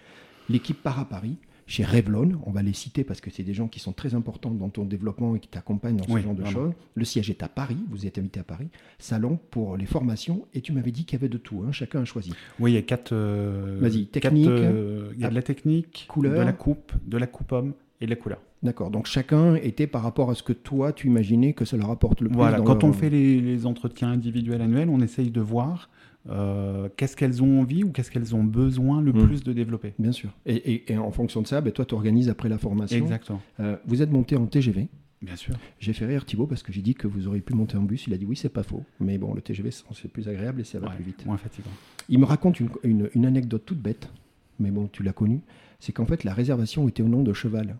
C: L'équipe part à Paris. Chez Revlon, on va les citer parce que c'est des gens qui sont très importants dans ton développement et qui t'accompagnent dans ce
B: Oui,
C: genre de
B: vraiment.
C: choses. Le siège est à Paris, vous êtes invité à Paris. Salon pour les formations, et tu m'avais dit qu'il y avait de tout, hein, chacun a choisi.
B: Oui, il y a quatre. euh,
C: Vas-y,
B: quatre,
C: technique,
B: euh, il y a de la technique,
C: couleur.
B: de la coupe, de la coupe homme et de la couleur.
C: D'accord, donc chacun était par rapport à ce que toi tu imaginais que ça leur apporte le plus.
B: Voilà,
C: dans
B: quand
C: leur-
B: on fait les, les entretiens individuels annuels, on essaye de voir euh, qu'est-ce qu'elles ont envie ou qu'est-ce qu'elles ont besoin le
C: Mhm.
B: plus de développer.
C: Bien sûr. Et, et- et en fonction de ça, ben, toi, tu organises après la formation.
B: Exactement.
C: Euh, vous êtes monté en TGV.
B: Bien sûr.
C: J'ai fait rire Thibaut parce que j'ai dit que vous auriez pu monter en bus. Il a dit oui, c'est pas faux. Mais bon, le TGV, c'est- c'est plus agréable et ça va
B: Ouais,
C: plus vite.
B: Moins fatigant.
C: Il me raconte une, une- une anecdote toute bête, mais bon, tu l'as connue. C'est qu'en fait, la réservation était au nom de Cheval.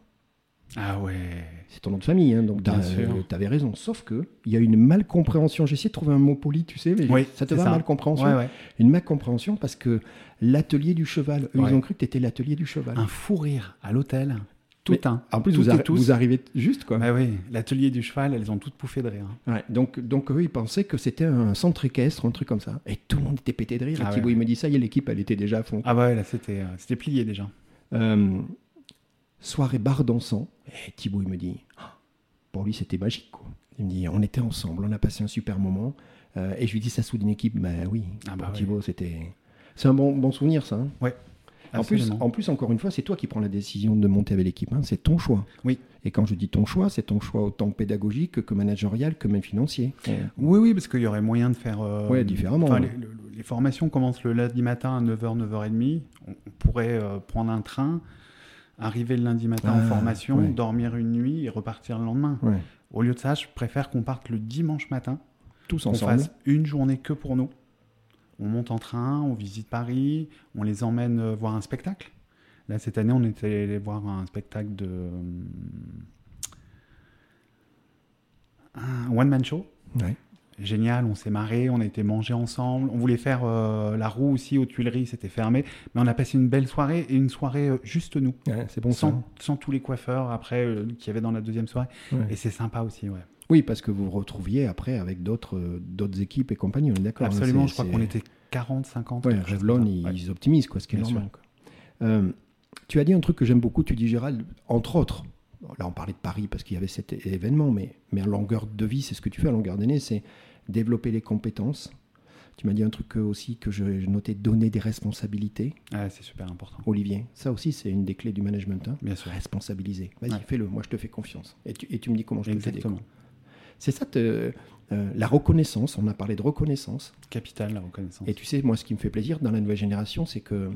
B: Ah ouais.
C: C'est ton nom de famille, hein, donc
B: Bien
C: t'as-
B: sûr.
C: euh, t'avais raison. Sauf que il y a une malcompréhension. J'ai essayé de trouver un mot poli, tu sais, mais
B: Oui,
C: ça te
B: c'est
C: va,
B: ça.
C: malcompréhension
B: Ouais, ouais.
C: Une malcompréhension parce que l'atelier du cheval, eux,
B: Ouais.
C: ils ont cru que t'étais l'atelier du cheval.
B: Un fou rire à l'hôtel. Tout
C: Mais
B: un.
C: En plus,
B: Ah. Toutes
C: vous,
B: et
C: arri-
B: tous.
C: vous arrivez juste, quoi.
B: Bah oui, l'atelier du cheval, elles ont toutes pouffé de rire. hein.
C: Ouais, donc, donc eux, ils pensaient que c'était un centre équestre, un truc comme ça. Et tout le monde était pété de rire.
B: Ah
C: et Thibaut,
B: ouais.
C: il me dit ça, y est, l'équipe, elle était déjà à fond.
B: Ah bah ouais, là c'était euh, c'était plié déjà.
C: Euh, soirée bar dansant. Et Thibaut, il me dit, Ah, pour lui, c'était magique, quoi. Il me dit, on était ensemble, on a passé un super moment. Euh, et je lui dis, ça soude une équipe. Ben oui,
B: Ah
C: pour
B: bah oui.
C: Thibaut, c'était... C'est un bon, bon souvenir, ça. hein. En plus,
B: Absolument.
C: en plus, encore une fois, c'est toi qui prends la décision de monter avec l'équipe. hein. C'est ton choix.
B: Oui.
C: Et quand je dis ton choix, c'est ton choix autant pédagogique que managérial que même financier.
B: Oui, oui, parce qu'il y aurait moyen de faire. euh,
C: Ouais, différemment,
B: enfin,
C: ouais.
B: Les, le- les formations commencent le lundi matin à 9h, 9h30. On, on pourrait euh, prendre un train, arriver le lundi matin en
C: Ah,
B: formation,
C: ouais.
B: dormir une nuit et repartir le lendemain.
C: Ouais.
B: Au lieu de ça, je préfère qu'on parte le dimanche matin,
C: Tous
B: qu'on
C: ensemble.
B: fasse une journée que pour nous. On monte en train, on visite Paris, on les emmène euh, voir un spectacle. Là, cette année, on était allé voir un spectacle de. euh, Un one-man show.
C: Ouais.
B: Génial, on s'est marré, on a été manger ensemble. On voulait faire euh, la roue aussi aux Tuileries, c'était fermé. Mais on a passé une belle soirée et une soirée euh, juste nous,
C: c'est bon
B: sans, sans tous les coiffeurs après euh, qu'il y avait dans la deuxième soirée.
C: Ouais.
B: Et c'est sympa aussi, ouais.
C: Oui, parce que vous vous retrouviez après avec d'autres euh, d'autres équipes et compagnie, on est d'accord. hein,
B: Absolument,
C: c'est-
B: je crois
C: c'est-
B: qu'on était 40, 50.
C: Ouais,
B: quelque chose
C: Revlon,
B: comme ça.
C: ils,
B: Ouais.
C: ils optimisent, quoi, ce qui est
B: Bien
C: normal. quoi. Euh, tu as dit un truc que j'aime beaucoup, tu dis, Gérald, entre autres, bon, là on parlait de Paris parce qu'il y avait cet é- événement, mais, mais à longueur de vie, c'est ce que tu fais à longueur d'année, c'est développer les compétences. Tu m'as dit un truc euh, aussi que je je notais, donner des responsabilités.
B: Ouais, c'est super important,
C: Olivier, ça aussi, c'est une des clés du management. hein.
B: bien sûr.
C: Responsabiliser. Vas-y,
B: Ouais.
C: fais-le, moi je te fais confiance. Et tu, et tu me dis comment je peux t'aider.
B: Exactement.
C: quoi. C'est ça, te- euh, la reconnaissance. On a parlé de reconnaissance.
B: Capital, la reconnaissance.
C: Et tu sais, moi, ce qui me fait plaisir dans la nouvelle génération, c'est que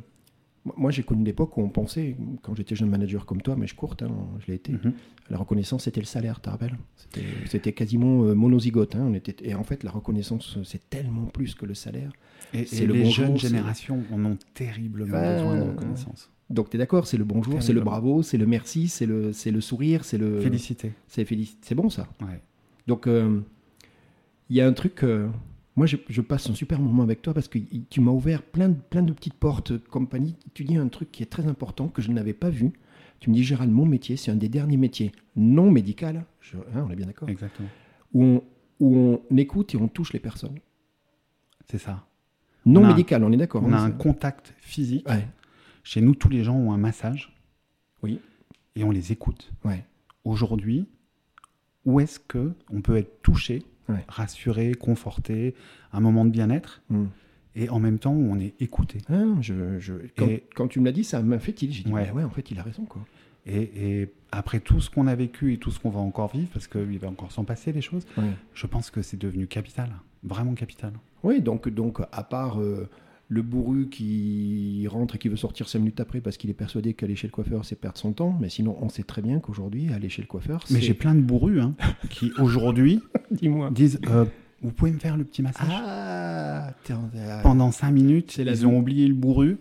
C: moi, moi, j'ai connu l'époque où on pensait, quand j'étais jeune manager comme toi, mais je courte, hein, je l'ai été,
B: Mhm.
C: la reconnaissance, c'était le salaire, tu te rappelles C'était- C'était quasiment euh, monozygote. hein, on était, et en fait, la reconnaissance, c'est tellement plus que le salaire.
B: Et, et
C: c'est le
B: les
C: bonjour,
B: jeunes
C: c'est-
B: générations en ont terriblement
C: Ouais,
B: besoin de
C: ouais,
B: reconnaissance.
C: Donc, tu es d'accord C'est le bonjour, c'est le
B: Terriblement.
C: bravo, c'est le merci, c'est le, c'est le sourire, c'est le.
B: Félicité.
C: C'est félici- C'est bon, ça.
B: Ouais.
C: Donc, euh, il y a un truc. euh, moi, je, je passe un super moment avec toi parce que y- tu m'as ouvert plein, de- plein de petites portes, euh, compagnie. Tu dis un truc qui est très important que je n'avais pas vu. Tu me dis, Gérald, mon métier, c'est un des derniers métiers non médical, je- hein, on est bien d'accord,
B: Exactement.
C: où on, où on écoute et on touche les personnes.
B: C'est ça.
C: Non
B: On a un-
C: médical, on est d'accord.
B: On a
C: hein,
B: un contact physique.
C: c'est- Ouais,
B: Chez nous, tous les gens ont un massage
C: oui,
B: et on les écoute.
C: ouais.
B: Aujourd'hui, où est-ce que on peut être touché,
C: Ouais.
B: rassuré, conforté, un moment de bien-être
C: Hmm.
B: et en même temps où on est écouté.
C: Hein, je, je- quand,
B: Ah, Et-
C: quand tu me l'as dit, ça m'a fait il. J'ai dit,
B: Ouais.
C: mais ouais, en fait, il a raison, quoi.
B: Et, et après tout ce qu'on a vécu et tout ce qu'on va encore vivre, parce qu'il va encore s'en passer des choses,
C: Ouais.
B: je pense que c'est devenu capital, vraiment capital.
C: Oui, donc, donc à part euh, le bourru qui rentre et qui veut sortir 5 minutes après parce qu'il est persuadé qu'aller chez le coiffeur, c'est perdre son temps, mais sinon, on sait très bien qu'aujourd'hui, aller chez le coiffeur, c'est...
B: Mais j'ai plein de bourrus hein, qui aujourd'hui
C: Dis-moi.
B: disent euh, Vous pouvez me faire le petit massage
C: Ah, t'es en- ah,
B: Pendant cinq minutes,
C: C'est la
B: ils
C: vie.
B: ont oublié le bourru.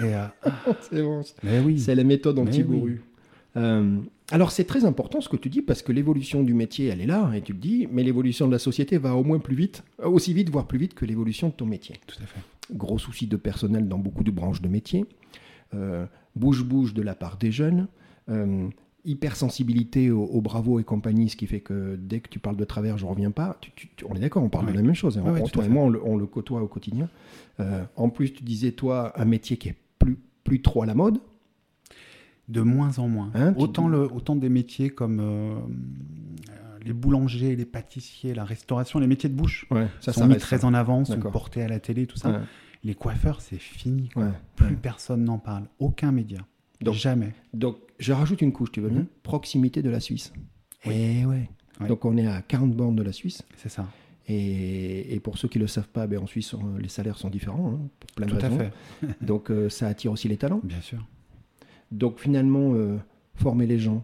B: et euh, ah,
C: c'est bon.
B: mais oui,
C: C'est la méthode
B: Mais
C: anti-bourru. Euh, alors, c'est très important ce que tu dis parce que l'évolution du métier, elle est là, et tu le dis, mais l'évolution de la société va au moins plus vite, euh, aussi vite, voire plus vite que l'évolution de ton métier.
B: tout à fait.
C: gros souci de personnel dans beaucoup de branches de métier, euh, bouge-bouge de la part des jeunes, euh, hypersensibilité au, au bravo et compagnie, ce qui fait que dès que tu parles de travers, je reviens pas. Tu- tu- tu- on est d'accord, on parle
B: Ouais.
C: de la même chose. hein.
B: Ouais, ouais,
C: On-
B: tout à
C: toi et
B: fait.
C: moi, on le, on le côtoie au quotidien. Euh, en plus, tu disais, toi, un métier qui est plus, plus trop à la mode.
B: De moins en moins.
C: Hein, tu-
B: autant, le, autant des métiers comme euh, euh, les boulangers, les pâtissiers, la restauration, les métiers de bouche
C: ça,
B: sont
C: ça
B: mis
C: reste,
B: très
C: ça.
B: en avant, sont
C: D'accord.
B: portés à la télé, tout ça.
C: Ouais,
B: Les coiffeurs, c'est fini.
C: ouais.
B: Plus personne n'en parle. Aucun média.
C: Donc-
B: Jamais.
C: Donc, je rajoute une couche, tu veux bien
B: Mhm.
C: Proximité de la Suisse.
B: Oui.
C: Eh ouais.
B: Ouais.
C: Donc, on est à 40 bornes de la Suisse.
B: C'est ça.
C: Et, et pour ceux qui ne le savent pas, ben en Suisse, on- les salaires sont différents, hein, pour plein de
B: Tout à
C: raisons.
B: fait.
C: Donc euh, ça attire aussi les talents.
B: Bien sûr.
C: Donc finalement, euh, former les gens,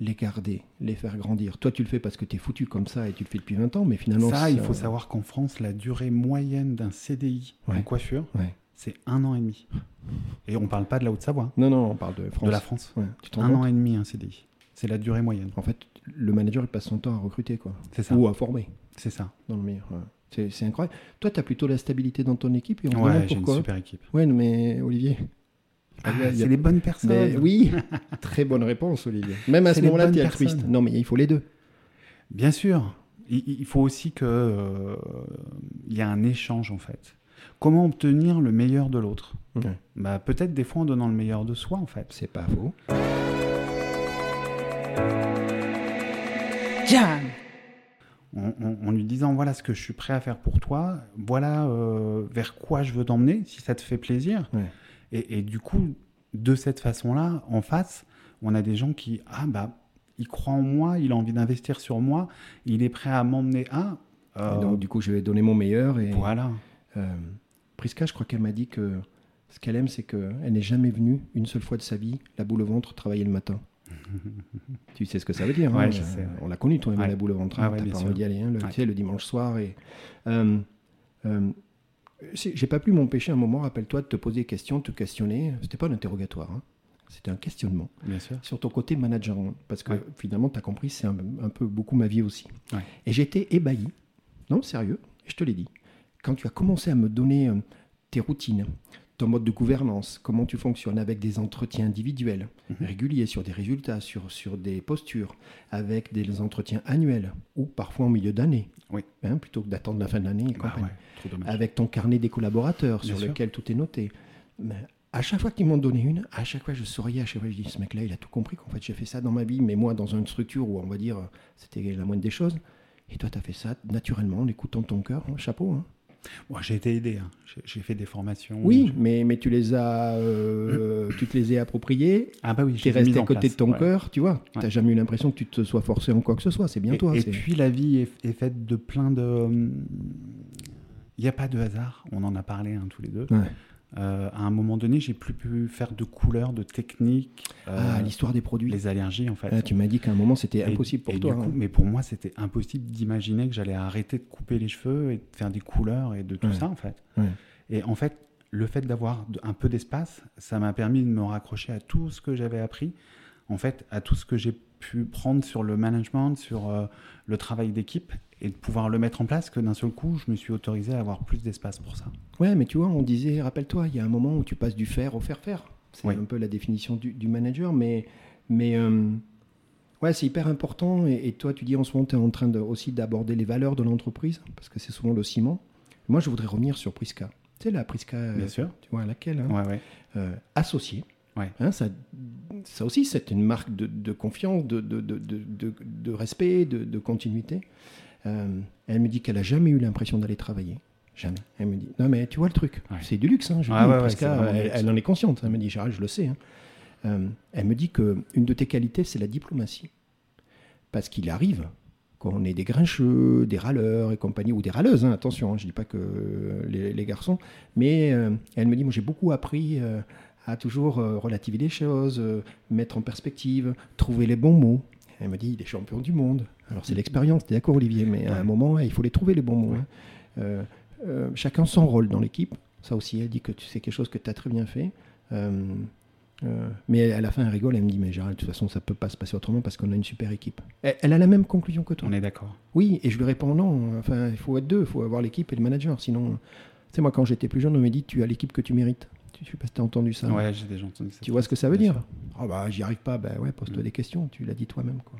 C: les garder, les faire grandir. Toi, tu le fais parce que tu es foutu comme ça et tu le fais depuis 20 ans, mais finalement...
B: ça, il faut savoir qu'en France, la durée moyenne d'un CDI en
C: Ouais.
B: coiffure,
C: Ouais.
B: c'est un an et demi. Et on ne parle pas de la Haute-Savoie,
C: Non, non, on parle de France.
B: de la France.
C: Ouais, tu te rends
B: Un
C: compte
B: an et demi, un CDI. C'est la durée moyenne.
C: En fait, le manager, il passe son temps à recruter, quoi.
B: C'est ça.
C: Ou à former,
B: C'est ça.
C: dans le meilleur. ouais. C'est- C'est incroyable. Toi, tu as plutôt la stabilité dans ton équipe et on te
B: Ouais,
C: demande
B: j'ai une
C: pourquoi.
B: super équipe.
C: Ouais, non, mais Olivier...
B: Ah,
C: il y a- il y a-
B: c'est les bonnes personnes.
C: Mais oui, très bonne réponse, Olivier. Même à
B: C'est
C: ce
B: les
C: moment-là,
B: bonnes
C: tu es altruiste.
B: personnes.
C: Non, mais il faut les deux.
B: Bien sûr. Il, il faut aussi que euh, il y a un échange en fait. Comment obtenir le meilleur de l'autre Bah peut-être des fois en donnant le meilleur de soi en fait.
C: C'est pas faux.
B: En, en- en lui disant voilà ce que je suis prêt à faire pour toi, voilà euh, vers quoi je veux t'emmener si ça te fait plaisir.
C: Ouais.
B: Et, et du coup de cette façon-là en face, on a des gens qui ah bah il croit en moi, il a envie d'investir sur moi, il est prêt à m'emmener à euh,
C: Et donc, du coup, je vais donner mon meilleur. Et,
B: voilà.
C: euh, Prisca, je crois qu'elle m'a dit que ce qu'elle aime, c'est qu'elle n'est jamais venue une seule fois de sa vie, la boule au ventre, travailler le matin. tu sais ce que ça veut dire.
B: Ouais,
C: hein,
B: je
C: euh,
B: sais, ouais.
C: On l'a connu, toi, Emma,
B: Ouais.
C: la boule au ventre.
B: Ah
C: hein,
B: ouais,
C: T'as
B: bien
C: pas
B: sûr.
C: envie d'y aller hein, le,
B: Ouais.
C: tu sais, le dimanche soir. Et, euh, euh, c'est- J'ai pas pu m'empêcher un moment, rappelle-toi, de te poser des questions, de te questionner. C'était pas un interrogatoire, hein, c'était un questionnement.
B: Bien sûr.
C: sur ton côté manager, hein, parce que
B: Ouais.
C: finalement, tu as compris, c'est un, un peu beaucoup ma vie aussi.
B: Ouais.
C: Et j'étais ébahi, non, sérieux, je te l'ai dit, quand tu as commencé à me donner euh, tes routines, ton mode de gouvernance, comment tu fonctionnes avec des entretiens individuels,
B: Mhm.
C: réguliers, sur des résultats, sur, sur des postures, avec des entretiens annuels, ou parfois en milieu d'année,
B: Oui.
C: hein, plutôt que d'attendre la fin de l'année et
B: Bah
C: compagnie
B: ouais, trop dommage.
C: avec ton carnet des collaborateurs
B: Bien
C: sur
B: sûr.
C: lequel tout est noté. Mais à chaque fois qu'ils m'ont donné une, à chaque fois je souriais, à chaque fois je dis ce mec-là, il a tout compris qu'en fait j'ai fait ça dans ma vie, mais moi dans une structure où on va dire c'était la moindre des choses. Et toi, tu as fait ça naturellement en écoutant ton cœur, hein, chapeau. hein.
B: Ah, Moi, j'ai été aidé. hein. J'ai- J'ai fait des formations.
C: Oui,
B: j'ai-
C: mais, mais tu les as, euh, tu te les es appropriées,
B: Ah bah oui,
C: tu es
B: Mm. j'ai mis
C: resté à
B: en
C: côté
B: place,
C: de ton
B: ouais.
C: cœur, tu vois. Tu
B: Ouais.
C: n'as jamais eu l'impression que tu te sois forcé en quoi que ce soit, c'est bien
B: Et-
C: toi.
B: Et,
C: c'est-
B: puis la vie est, est faite de plein de. hum, Il n'y a pas de hasard. On en a parlé hein, tous les deux.
C: Ouais.
B: Euh, à un moment donné, j'ai plus pu faire de couleurs, de techniques,
C: Ah,
B: euh,
C: l'histoire des produits.
B: les allergies en fait.
C: Ah, tu m'as dit qu'à un moment, c'était
B: Et-
C: impossible pour
B: et
C: toi.
B: du
C: hein.
B: coup, Mais pour moi, c'était impossible d'imaginer que j'allais arrêter de couper les cheveux et de faire des couleurs et de tout
C: Ouais.
B: ça, en fait.
C: Ouais.
B: Et en fait, le fait d'avoir de- un peu d'espace, ça m'a permis de me raccrocher à tout ce que j'avais appris, en fait, à tout ce que j'ai pu prendre sur le management, sur euh, le travail d'équipe, et de pouvoir le mettre en place, que d'un seul coup, je me suis autorisé à avoir plus d'espace pour ça.
C: Ouais, mais tu vois, on disait, rappelle-toi, il y a un moment où tu passes du faire au faire-faire. C'est
B: Oui.
C: un peu la définition du, du manager, mais, mais euh, ouais, c'est hyper important. Et, et toi, tu dis en ce moment, tu es en train de, aussi d'aborder les valeurs de l'entreprise, parce que c'est souvent le ciment. Moi, je voudrais revenir sur Prisca. Tu sais, la Prisca, euh,
B: Bien sûr.
C: tu vois, à laquelle hein,
B: Ouais, ouais.
C: euh, associée.
B: Ouais.
C: Hein, ça, ça aussi, c'est une marque de, de confiance, de, de, de- de- de- de respect, de, de continuité. Euh, elle me dit qu'elle a jamais eu l'impression d'aller travailler. Jamais. Elle me dit, non mais tu vois le truc,
B: Ouais.
C: c'est du luxe. Hein, je
B: Ouais,
C: dis,
B: ouais, ouais,
C: parce
B: c'est
C: qu'elle-
B: vraiment du
C: elle,
B: luxe.
C: elle en est consciente. Elle me dit, Gérald, je le sais. hein. Euh, elle me dit que une de tes qualités, c'est la diplomatie. Parce qu'il arrive qu'on est des grincheux, des râleurs et compagnie, ou des râleuses, hein, attention, hein, je ne dis pas que euh, les, les garçons, mais euh, elle me dit, moi j'ai beaucoup appris euh, à toujours euh, relativiser les choses, euh, mettre en perspective, trouver les bons mots. Elle me dit, il est champion du monde. Alors c'est l'expérience, t'es d'accord Olivier, mais à un
B: Mm. Ouais.
C: moment, il faut les trouver les bons mots.
B: Ouais.
C: hein. Euh, euh, chacun son rôle dans l'équipe. Ça aussi, elle dit que tu- c'est quelque chose que tu as très bien fait. Euh, euh, mais à la fin, elle rigole, elle me dit, mais Gérald, de toute façon, ça peut pas se passer autrement parce qu'on a une super équipe. Elle, elle a la même conclusion que toi.
B: On est d'accord.
C: Oui, et je lui réponds non. Enfin, il faut être deux, il faut avoir l'équipe et le manager. Sinon, tu sais, moi, quand j'étais plus jeune, on m'a dit tu as l'équipe que tu mérites. Je sais pas si t'as entendu ça.
B: Ouais, j'ai déjà entendu ça.
C: Tu vois ce que ça veut
B: Bien
C: dire Ah bah, j'y arrive pas. Ben ouais, pose-toi
B: Mm.
C: des questions. Tu l'as dit toi-même, quoi.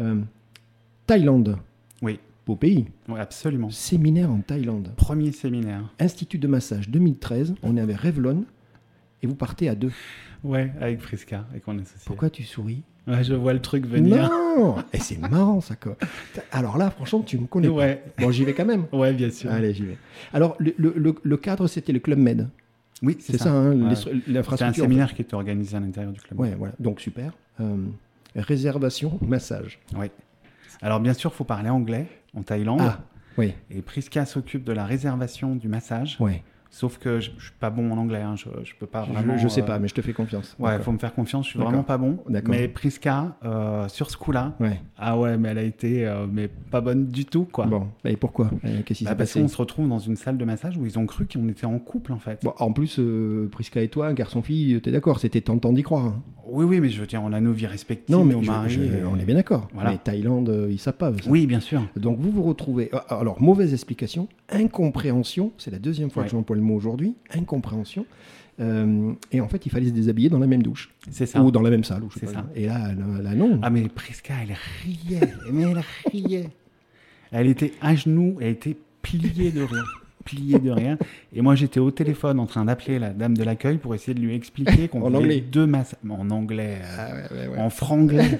C: Euh, Thaïlande.
B: Oui.
C: Beau pays.
B: Ouais, absolument.
C: Séminaire en Thaïlande.
B: Premier séminaire.
C: Institut de massage 2013. On est avec Revlon. Et vous partez à deux.
B: Ouais, avec Prisca et qu'on associe.
C: Pourquoi tu souris
B: Ouais, je vois le truc venir.
C: Non Et c'est marrant, ça, quoi. Alors là, franchement, tu me connais. pas.
B: ouais,
C: Bon, j'y vais quand même.
B: ouais, bien sûr.
C: Allez, j'y vais. Alors, le, le- le- le cadre, c'était le Club Med.
B: Oui,
C: C'est ça, hein,
B: Ouais.
C: l'estru-
B: C'était un
C: l'infrastructure.
B: séminaire qui était organisé à l'intérieur du club.
C: Ouais, voilà. Donc, super. Euh, réservation, massage.
B: Ouais. Alors bien sûr, faut parler anglais en Thaïlande.
C: Ah, oui.
B: Et Priska s'occupe de la réservation du massage.
C: Ouais.
B: Sauf que je, je suis pas bon en anglais. hein, Je, je peux pas
C: Je-
B: vraiment.
C: je, sais
B: euh,
C: pas, mais je te fais confiance.
B: Ouais,
C: D'accord.
B: faut me faire confiance. Je suis
C: D'accord.
B: vraiment pas bon.
C: D'accord.
B: Mais Priska, euh, sur ce coup-là,
C: Ouais.
B: ah ouais, mais elle a été, euh, mais pas bonne du tout, quoi.
C: Bon, et pourquoi Euh, Qu'est-ce qui
B: Bah,
C: s'est
B: parce
C: passé
B: qu'on se retrouve dans une salle de massage où ils ont cru qu'on était en couple, en fait.
C: Bon, En plus, euh, Prisca et toi, garçon-fille, t'es d'accord, c'était tentant d'y croire. hein.
B: Oui, oui, mais je veux dire, on a nos vies respectives,
C: Non, mais
B: nos
C: je-
B: maris.
C: je-
B: et-
C: on est bien d'accord.
B: Voilà.
C: Mais Thaïlande, euh, ils savent pas. eux, ça.
B: Oui, bien sûr.
C: Donc vous vous retrouvez. ah, Alors mauvaise explication, incompréhension. C'est la deuxième fois
B: Ouais.
C: que j'emploie le mot aujourd'hui. Incompréhension. Euh, et en fait, il fallait se déshabiller dans la même douche
B: C'est ça.
C: ou dans la même salle. Ou je sais
B: C'est
C: pas.
B: ça.
C: Et là, là, là, non.
B: Ah mais Prisca, elle riait, mais elle riait. Elle était à genoux, elle était pliée de rire, pliée de rire. Et moi j'étais au téléphone en train d'appeler la dame de l'accueil pour essayer de lui expliquer qu'on
C: En
B: faisait
C: anglais.
B: deux masses en anglais, euh,
C: Ah ouais, ouais, ouais.
B: en franglais,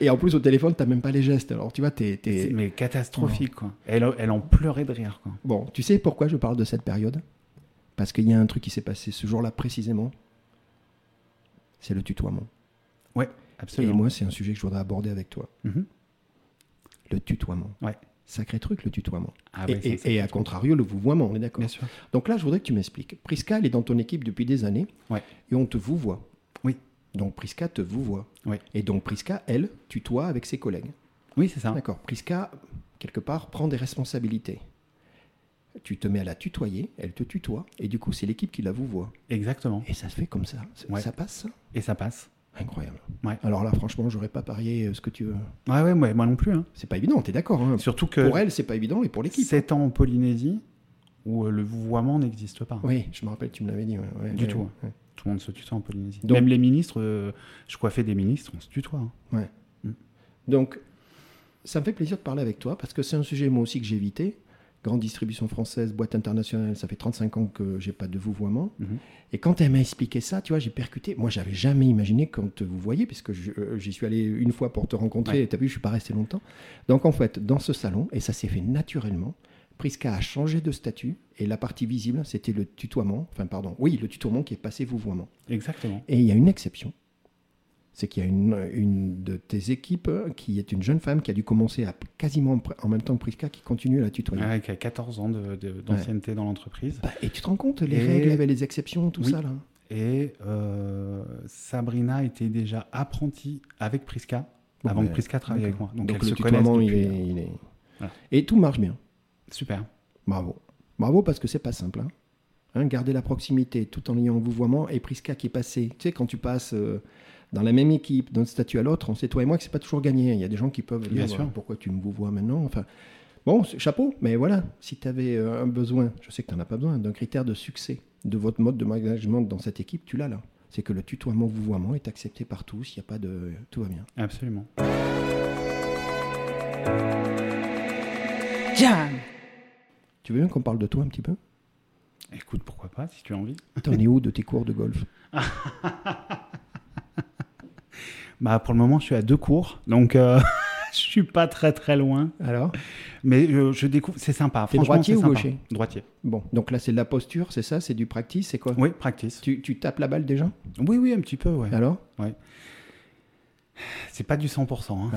C: Et en plus, au téléphone, t'as même pas les gestes. Alors tu vois, t'es. t'es-
B: C'est- mais catastrophique quoi. Elle, elle en pleurait de rire quoi.
C: Bon, tu sais pourquoi je parle de cette période Parce qu'il y a un truc qui s'est passé ce jour-là précisément. C'est le tutoiement.
B: Ouais,
C: Et
B: absolument.
C: moi, c'est un sujet que je voudrais aborder avec toi.
B: Mhm.
C: Le tutoiement.
B: Ouais.
C: Sacré truc, le tutoiement.
B: Ah
C: et,
B: ouais, ça,
C: et-
B: c'est-
C: et à contrario, le vouvoiement, on est d'accord.
B: bien sûr.
C: Donc là, je voudrais que tu m'expliques. Prisca, elle est dans ton équipe depuis des années.
B: Ouais.
C: Et on te vouvoie.
B: Oui.
C: Donc Prisca te vouvoie.
B: Oui.
C: Et donc Prisca, elle, tutoie avec ses collègues.
B: Oui c'est ça.
C: D'accord. Prisca, quelque part, prend des responsabilités. Tu te mets à la tutoyer, elle te tutoie, et du coup, c'est l'équipe qui la vouvoie.
B: Exactement.
C: Et ça se fait comme ça. C'est-
B: Ouais.
C: Ça passe, ça
B: Et ça passe.
C: Incroyable.
B: Ouais.
C: Alors là, franchement, j'aurais pas parié euh, ce que tu veux.
B: Ouais ouais, ouais, moi non plus. hein.
C: C'est pas évident, t'es d'accord hein
B: Surtout que
C: Pour elle, c'est pas évident, et pour l'équipe. hein.
B: 7 ans en Polynésie où euh, le vouvoiement n'existe pas.
C: Oui, je me rappelle, tu me l'avais dit. ouais, ouais,
B: Du
C: ouais,
B: tout.
C: ouais.
B: Tout le monde se tutoie en Polynésie.
C: Donc-
B: Même les ministres, euh, je coiffais des ministres, on se tutoie. hein.
C: Donc, ça me fait plaisir de parler avec toi parce que c'est un sujet, moi aussi, que j'ai évité. Grande distribution française, boîte internationale, ça fait 35 ans que j'ai pas de vouvoiement.
B: Mhm.
C: Et quand elle m'a expliqué ça, tu vois, j'ai percuté. Moi, j'avais jamais imaginé quand vous voyez, puisque je- euh, j'y suis allé une fois pour te rencontrer,
B: Ouais.
C: et t'as vu, je suis pas resté longtemps. Donc, en fait, dans ce salon, et ça s'est fait naturellement, Prisca a changé de statut et la partie visible, c'était le tutoiement, enfin pardon, oui, le tutoiement qui est passé vouvoiement.
B: Exactement.
C: Et il y a une exception, c'est qu'il y a une, une de tes équipes hein, qui est une jeune femme qui a dû commencer à quasiment en même temps que Prisca qui continue à la tutoyer.
B: Ouais, qui a 14 ans de- de- d'ancienneté dans l'entreprise.
C: Bah, et tu te rends compte, les
B: Et-
C: règles, les exceptions, tout
B: Oui.
C: ça là hein,
B: Et euh, Sabrina était déjà apprentie avec Prisca
C: Bon,
B: avant
C: ben,
B: que Prisca travaille avec moi. Donc,
C: Donc,
B: elles
C: le
B: se connaissent
C: tutoiement, il
B: depuis-
C: est. il est-
B: Voilà.
C: Et tout marche bien.
B: Super.
C: Bravo. Bravo parce que c'est pas simple. Hein. Hein, garder la proximité tout en liant vouvoiement et Prisca qui est passé. Tu sais, quand tu passes euh, dans la même équipe, d'un statut à l'autre, on sait toi et moi que c'est pas toujours gagné. hein. Il y a des gens qui peuvent
B: Bien
C: dire
B: sûr.
C: euh, pourquoi tu me vouvoies maintenant. Enfin, bon, c'est- chapeau, mais voilà, si tu avais euh, un besoin, je sais que tu n'en as pas besoin, d'un critère de succès de votre mode de management dans cette équipe, tu l'as là. C'est que le tutoiement vouvoiement est accepté par tous, il n'y a pas de. Tout va bien.
B: Absolument.
D: Jam.
C: Tu veux bien qu'on parle de toi un petit peu
B: Écoute, pourquoi pas, si tu as envie.
C: T'en es où de tes cours de golf
B: Bah, pour le moment, je suis à deux cours, donc euh, je suis pas très très loin.
C: Alors
B: Mais euh, je, je découvre, c'est sympa.
C: T'es
B: Franchement,
C: droitier
B: c'est
C: ou
B: sympa.
C: gaucher
B: Droitier.
C: Bon, donc là c'est de la posture, c'est ça C'est du practice, c'est quoi
B: Oui, practice.
C: Tu, tu tapes la balle déjà
B: Oui, oui, un petit peu, ouais.
C: Alors
B: C'est pas du 100%. hein.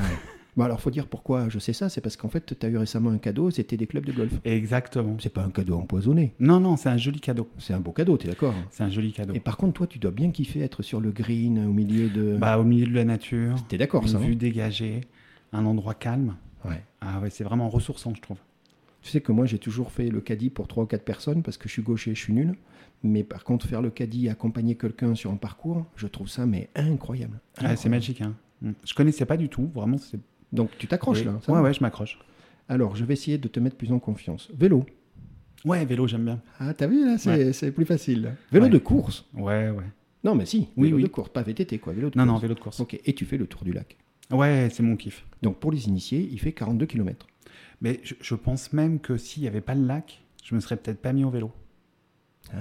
C: Bon, alors faut dire pourquoi je sais ça, c'est parce qu'en fait, tu as eu récemment un cadeau, c'était des clubs de golf.
B: Exactement.
C: C'est pas un cadeau empoisonné,
B: Non, non, c'est un joli cadeau.
C: c'est un beau cadeau, t'es d'accord hein.
B: C'est un joli cadeau.
C: Et par contre, toi, tu dois bien kiffer être sur le green, au milieu de.
B: Bah, au milieu de la nature,
C: t'es d'accord,
B: une
C: ça hein
B: vue dégagée, un endroit calme.
C: Ouais.
B: Ah ouais, c'est vraiment ressourçant, je trouve.
C: Tu sais que moi, j'ai toujours fait le caddie pour trois ou quatre personnes parce que je suis gaucher, je suis nul. Mais par contre, faire le caddie, et accompagner quelqu'un sur un parcours, je trouve ça mais incroyable.
B: Ah, c'est
C: Incroyable.
B: magique, hein. Mm. Je connaissais pas du tout, vraiment. C'est...
C: Donc tu t'accroches
B: Oui.
C: là. hein, ça
B: Ouais,
C: va
B: ouais, je m'accroche.
C: Alors, je vais essayer de te mettre plus en confiance. Vélo.
B: Ouais, vélo, j'aime bien.
C: Ah, t'as vu là, c'est c'est plus facile. Vélo
B: Ouais.
C: de course.
B: Ouais, ouais.
C: Non, mais si,
B: Oui,
C: vélo
B: oui.
C: de course, pas VTT quoi, vélo de
B: Non,
C: course.
B: non, vélo de course.
C: Ok, et tu fais le tour du lac.
B: Ouais, c'est mon kiff.
C: Donc pour les initiés, il fait 42 km.
B: Mais je, je pense même que s'il n'y avait pas le lac, je me serais peut-être pas mis au vélo.
C: Ah.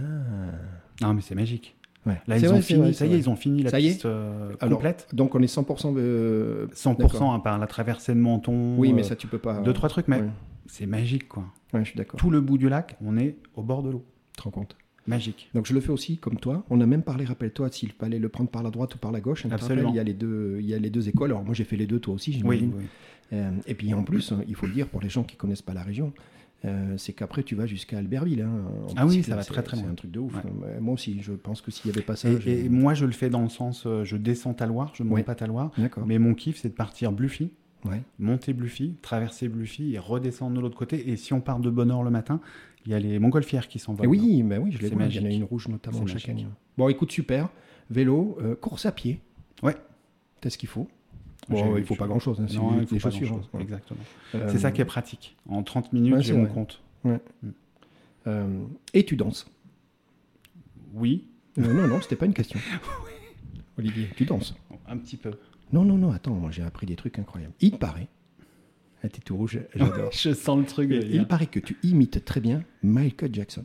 B: Non, mais c'est magique.
C: Ouais.
B: Là,
C: C'est
B: ils
C: vrai, c'est
B: ont fini,
C: vrai,
B: ça
C: c'est
B: y est,
C: vrai.
B: ils ont fini la
C: Ça y est
B: piste euh,
C: Alors,
B: complète.
C: Donc on est 100% euh,
B: 100%
C: d'accord.
B: à part la traversée de Menton.
C: Oui, mais
B: euh,
C: ça tu peux pas.
B: Deux, trois trucs, mais
C: Ouais.
B: c'est magique, quoi.
C: Ouais, je suis d'accord.
B: Tout le bout du lac, on est au bord de l'eau.
C: Tu te rends compte.
B: Magique.
C: Donc je le fais aussi comme toi. On a même parlé, rappelle-toi, s'il fallait le prendre par la droite ou par la gauche. hein, tu te
B: Absolument.
C: rappelles, il y a les deux, il y a les deux écoles. Alors moi j'ai fait les deux, toi aussi.
B: Oui,
C: j'imagine.
B: oui.
C: Euh, et puis en plus, hein, il faut le dire pour les gens qui connaissent pas la région, euh, c'est qu'après tu vas jusqu'à Albertville. hein, en
B: Ah oui,
C: bicyclette.
B: ça va très,
C: C'est-
B: très
C: C'est
B: loin.
C: un truc de ouf.
B: Ouais.
C: hein. Moi aussi, je pense que s'il y avait pas ça,
B: Et,
C: je-
B: et moi, je le fais dans le sens, euh, je descends à Loire, je ne monte
C: Oui.
B: pas à Loire.
C: d'accord.
B: Mais mon kiff, c'est de partir Bluffy,
C: Ouais.
B: monter Bluffy, traverser Bluffy et redescendre de l'autre côté. Et si on part de bonne heure le matin, il y a les montgolfières qui s'envolent.
C: Eh oui, mais oui, je
B: C'est
C: les vois. Il y en a
B: magique.
C: une rouge notamment
B: C'est
C: chaque
B: magique.
C: année. Bon, écoute, super. Vélo, euh, course à pied.
B: Ouais.
C: T'as ce qu'il faut.
B: J'ai-
C: Bon, il faut pas grand-chose. Hein, c'est
B: Non, il
C: des
B: faut pas
C: chaussures.
B: grand-chose.
C: hein.
B: Exactement.
C: Euh,
B: C'est ça qui Mm. est pratique. En 30 minutes,
C: ouais,
B: j'ai
C: c'est
B: mon
C: vrai.
B: compte.
C: euh, et tu danses. Euh,
B: Oui,
C: Non, non, non, c'était pas une question. Olivier, tu danses.
B: un petit peu.
C: Non, non, non, attends, moi j'ai appris des trucs incroyables. Il paraît. Ah, t'es tout rouge, j'adore.
B: Je sens le truc.
C: il il paraît que tu imites très bien Michael Jackson.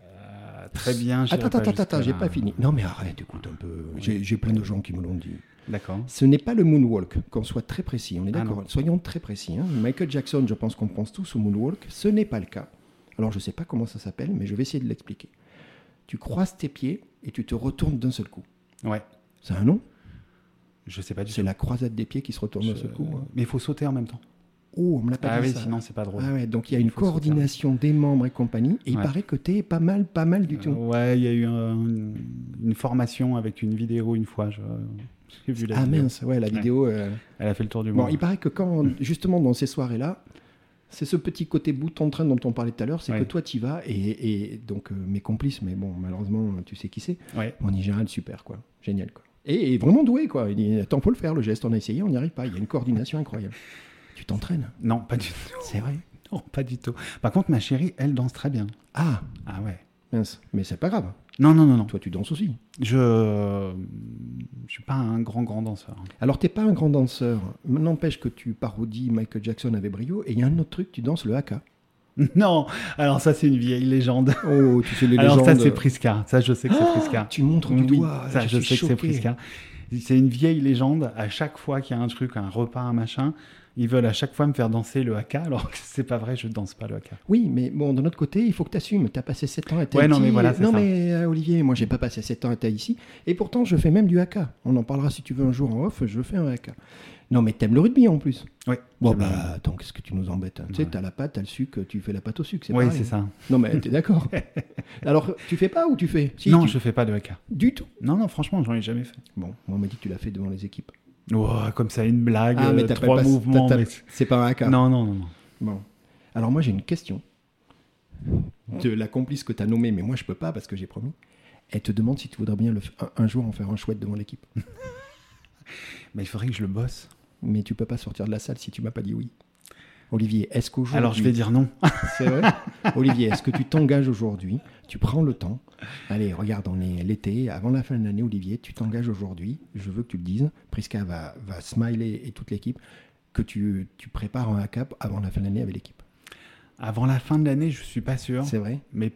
B: Ah, très bien. j'irai
C: Attends,
B: pas
C: attends, attends, attends, j'ai
B: jusque-là.
C: pas fini. Non, mais arrête, écoute un peu. J'ai j'ai plein de gens qui me l'ont dit.
B: D'accord.
C: Ce n'est pas le moonwalk, qu'on soit très précis, on est
B: Ah
C: d'accord.
B: non.
C: Soyons très précis. hein. Michael Jackson, je pense qu'on pense tous au moonwalk, ce n'est pas le cas. Alors je ne sais pas comment ça s'appelle, mais je vais essayer de l'expliquer. Tu croises tes pieds et tu te retournes d'un seul coup.
B: Ouais.
C: C'est un nom
B: Je sais pas du tout.
C: C'est la croisade des pieds qui se retourne d'un
B: Je-
C: seul coup. hein.
B: Mais il faut sauter en même temps.
C: Oh, on me l'a pas
B: Ah
C: dit
B: oui,
C: ça.
B: sinon c'est pas drôle.
C: Ah ouais, donc il y a une
B: faut sauter.
C: coordination des membres et compagnie. Et il
B: Ouais.
C: paraît que t'es pas mal, pas mal du tout.
B: Euh, ouais, il y a eu un- une, une formation avec une vidéo une fois. je- J'ai vu la
C: ah
B: vidéo.
C: mince, ouais, la
B: Ouais. Mm.
C: vidéo. euh,
B: Elle a fait le tour du
C: Bon,
B: monde.
C: il paraît que quand, justement, dans ces soirées-là, c'est ce petit côté bouton de train dont on parlait tout à l'heure, c'est
B: Ouais.
C: que toi, tu vas, et, et donc euh, mes complices, mais bon, malheureusement, tu sais qui c'est,
B: Ouais.
C: mon Nigérian, super, quoi, génial, quoi. Et, et vraiment doué, quoi. Il dit, attends, faut le faire, le geste, on a essayé, on n'y arrive pas, il y a une coordination incroyable. Tu t'entraînes,
B: Non, pas du tout.
C: c'est vrai.
B: Non, pas du tout. Par contre, ma chérie, elle danse très bien.
C: Ah,
B: Ah ouais.
C: mince, mais c'est pas grave,
B: Non, non, non, non.
C: toi, tu danses aussi.
B: Je je suis pas un grand, grand danseur.
C: Alors, t'es pas un grand danseur, n'empêche que tu parodies Michael Jackson avec brio, et il y a un autre truc, tu danses le haka.
B: Non, alors ça, c'est une vieille légende.
C: Oh, tu sais, les
B: alors ça,
C: légendes...
B: c'est Prisca. Ça, je sais que
C: Ah
B: c'est Prisca.
C: Tu montres du
B: Oui,
C: doigt,
B: ça,
C: suis
B: je, sais que c'est
C: choqué.
B: Prisca. C'est une vieille légende. À chaque fois qu'il y a un truc, un repas, un machin, Ils veulent à chaque fois me faire danser le haka, alors que c'est pas vrai, je danse pas le haka.
C: Oui, mais bon, d'un autre côté, il faut que tu assumes. Tu as passé 7 ans à Tahiti.
B: Ouais, non, mais voilà, c'est
C: Non,
B: ça.
C: mais, euh, Olivier, moi, j'ai pas passé 7 ans à Tahiti. Et pourtant, je fais même du haka. On en parlera si tu veux un jour en off. Je fais un haka. Non, mais t'aimes le rugby en plus.
B: Oui,
C: Bon, bah, attends, qu'est-ce que tu nous embêtes hein. Tu sais,
B: Ouais.
C: t'as la pâte, t'as le sucre, tu fais la pâte au sucre.
B: oui,
C: pareil.
B: c'est ça.
C: Non, mais t'es d'accord. Alors, tu fais pas ou tu fais Si,
B: non,
C: tu-
B: je fais pas de haka.
C: Du tout.
B: Non, non, franchement, j'en ai jamais fait.
C: Bon, moi, on m'a dit que tu l'as fait devant les équipes. Ah,
B: Oh, comme ça, une blague, euh,
C: t'as
B: trois
C: pas-
B: mouvements.
C: t'as- t'as-
B: mais-
C: C'est pas un haka.
B: Non, non, non. non.
C: Bon. Alors moi j'ai une question de la complice que tu as nommée, mais moi je peux pas parce que j'ai promis. Elle te demande si tu voudrais bien le f- un, un jour en faire un chouette devant l'équipe.
B: Mais il faudrait que je le bosse.
C: Mais tu peux pas sortir de la salle si tu m'as pas dit oui. Olivier, est-ce qu'aujourd'hui...
B: Alors, je vais dire non.
C: C'est vrai Olivier, est-ce que tu t'engages aujourd'hui Tu prends le temps. Allez, regarde, on est l'été, avant la fin de l'année, Olivier, tu t'engages aujourd'hui. Je veux que tu le dises. Prisca va, va smiler et toute l'équipe. Que tu, tu prépares un hack-up avant la fin de l'année avec l'équipe.
B: Avant la fin de l'année, je suis pas sûr.
C: C'est vrai
B: Mais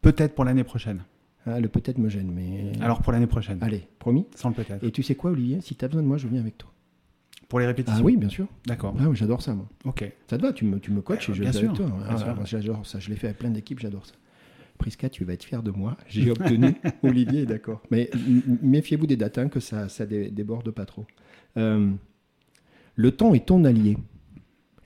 B: peut-être pour l'année prochaine.
C: Ah, Le peut-être me gêne, mais...
B: Alors, pour l'année prochaine.
C: Allez, promis.
B: Sans le peut-être.
C: Et tu sais quoi, Olivier Si t'as besoin de moi, je viens avec toi.
B: Pour les
C: Ah
B: répétitions.
C: oui, bien sûr.
B: D'accord.
C: Ah, oui, j'adore ça, moi.
B: Ok.
C: Ça te va, tu me, tu me coaches
B: Euh,
C: et je
B: bien
C: viens
B: sûr,
C: avec toi.
B: bien
C: Ah,
B: sûr.
C: moi, J'adore ça. Je l'ai fait avec plein d'équipes, j'adore ça. Prisca, tu vas être fier de moi. J'ai obtenu. Olivier est d'accord. Mais m- m- méfiez-vous des datins, que ça, ça dé- déborde pas trop. Euh, le temps est ton allié.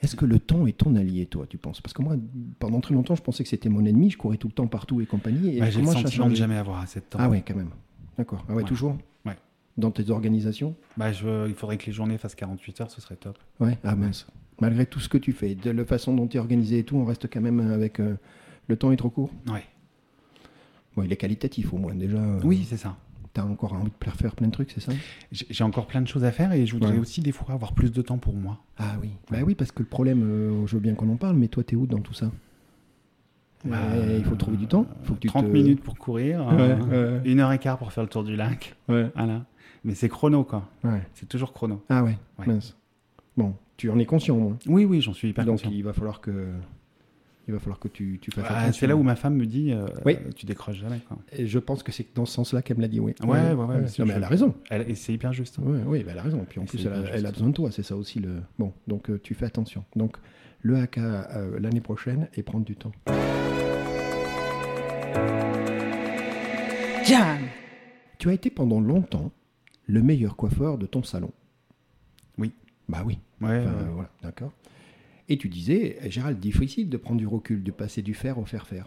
C: Est-ce que le temps est ton allié, toi, tu penses Parce que moi, pendant très longtemps, je pensais que c'était mon ennemi. Je courais tout le temps partout et compagnie. Et
B: Bah, j'ai le
C: comment ça a
B: sentiment de
C: changé
B: jamais avoir assez de temps.
C: Ah ouais, quand même. D'accord. Ah ouais,
B: Ouais.
C: toujours
B: Ouais.
C: Dans tes organisations
B: Bah, je- il faudrait que les journées fassent 48 heures, ce serait top.
C: Ouais, ah mince. Malgré tout ce que tu fais, de la façon dont tu es organisé et tout, on reste quand même avec. euh, le temps est trop court
B: Ouais.
C: Bon, il est qualitatif au moins déjà. euh,
B: Oui, c'est ça.
C: T'as encore envie de pla- faire plein de trucs, c'est ça
B: J'ai j'ai encore plein de choses à faire et je voudrais
C: Ouais.
B: aussi des fois avoir plus de temps pour moi.
C: Ah oui. Bah oui, parce que le problème, euh, je veux bien qu'on en parle, mais toi, t'es où dans tout ça
B: Bah,
C: Euh, Il faut trouver du temps. Faut que tu
B: 30
C: te-
B: minutes pour courir,
C: Ouais,
B: euh,
C: ouais,
B: une heure et quart pour faire le tour du lac.
C: ouais.
B: Voilà. Mais c'est chrono, quoi.
C: Ouais.
B: C'est toujours chrono.
C: Ah ouais,
B: Ouais.
C: mince. Bon, tu en es conscient au moins.
B: Oui, oui, j'en suis hyper
C: Donc
B: conscient.
C: il va falloir que. Il va falloir que tu, tu fasses
B: Ah,
C: attention.
B: c'est là où ma femme me dit euh,
C: Oui.
B: tu décroches jamais. Quoi.
C: Et je pense que c'est dans ce sens-là qu'elle me l'a dit, oui.
B: Ouais, ouais, ouais, bien sûr,
C: Non, mais
B: je-
C: elle a raison.
B: Elle- et c'est hyper juste.
C: Oui, oui, bah, elle a raison. Puis en
B: Et
C: plus,
B: c'est
C: elle a,
B: hyper juste.
C: elle a besoin de toi, c'est ça aussi le. Bon, donc euh, tu fais attention. Donc le AK euh, l'année prochaine et prendre du temps.
D: Jam.
C: Tu as été pendant longtemps le meilleur coiffeur de ton salon.
B: Oui.
C: Bah oui.
B: Ouais,
C: Enfin,
B: ouais.
C: euh, voilà, d'accord. Et tu disais, eh, Gérald, difficile de prendre du recul, de passer du fer au faire-faire.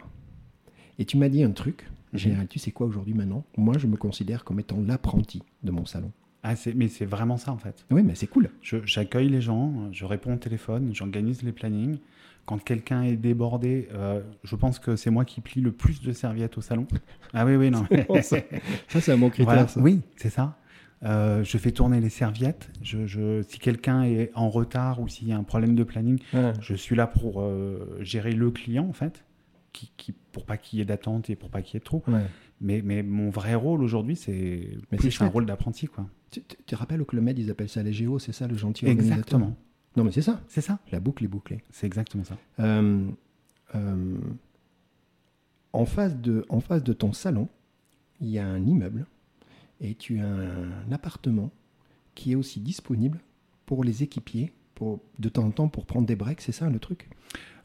C: Et tu m'as dit un truc,
B: Mhm.
C: Gérald, tu sais quoi aujourd'hui maintenant Moi, je me considère comme étant l'apprenti de mon salon.
B: Ah, c'est- mais c'est vraiment ça, en fait.
C: Oui, mais c'est cool.
B: Je- J'accueille les gens, je réponds au téléphone, j'organise les plannings. Quand quelqu'un est débordé, euh, je pense que c'est moi qui plie le plus de serviettes au salon. Ah oui, oui, non.
C: Bon, ça, ça, c'est un bon critère.
B: Voilà.
C: ça.
B: Oui, c'est ça. Euh, je fais tourner les serviettes. Je, je- si quelqu'un est en retard ou s'il y a un problème de planning,
C: Ouais.
B: je suis là pour euh, gérer le client, en fait, qui, qui- pour pas qu'il y ait d'attente et pour pas qu'il y ait de trop.
C: Ouais.
B: Mais, mais mon vrai rôle aujourd'hui, c'est
C: Mais c'est
B: plus un
C: chouette.
B: rôle d'apprenti, quoi.
C: Tu, tu- tu rappelles au Club Med, ils appellent ça les géos, c'est ça le gentil organisateur
B: Exactement.
C: Non, mais c'est ça.
B: C'est ça.
C: La boucle est bouclée.
B: C'est exactement ça.
C: Euh, euh, en, face de, en face de ton salon, il y a un immeuble et tu as un appartement qui est aussi disponible pour les équipiers pour, de temps en temps pour prendre des breaks, c'est ça le truc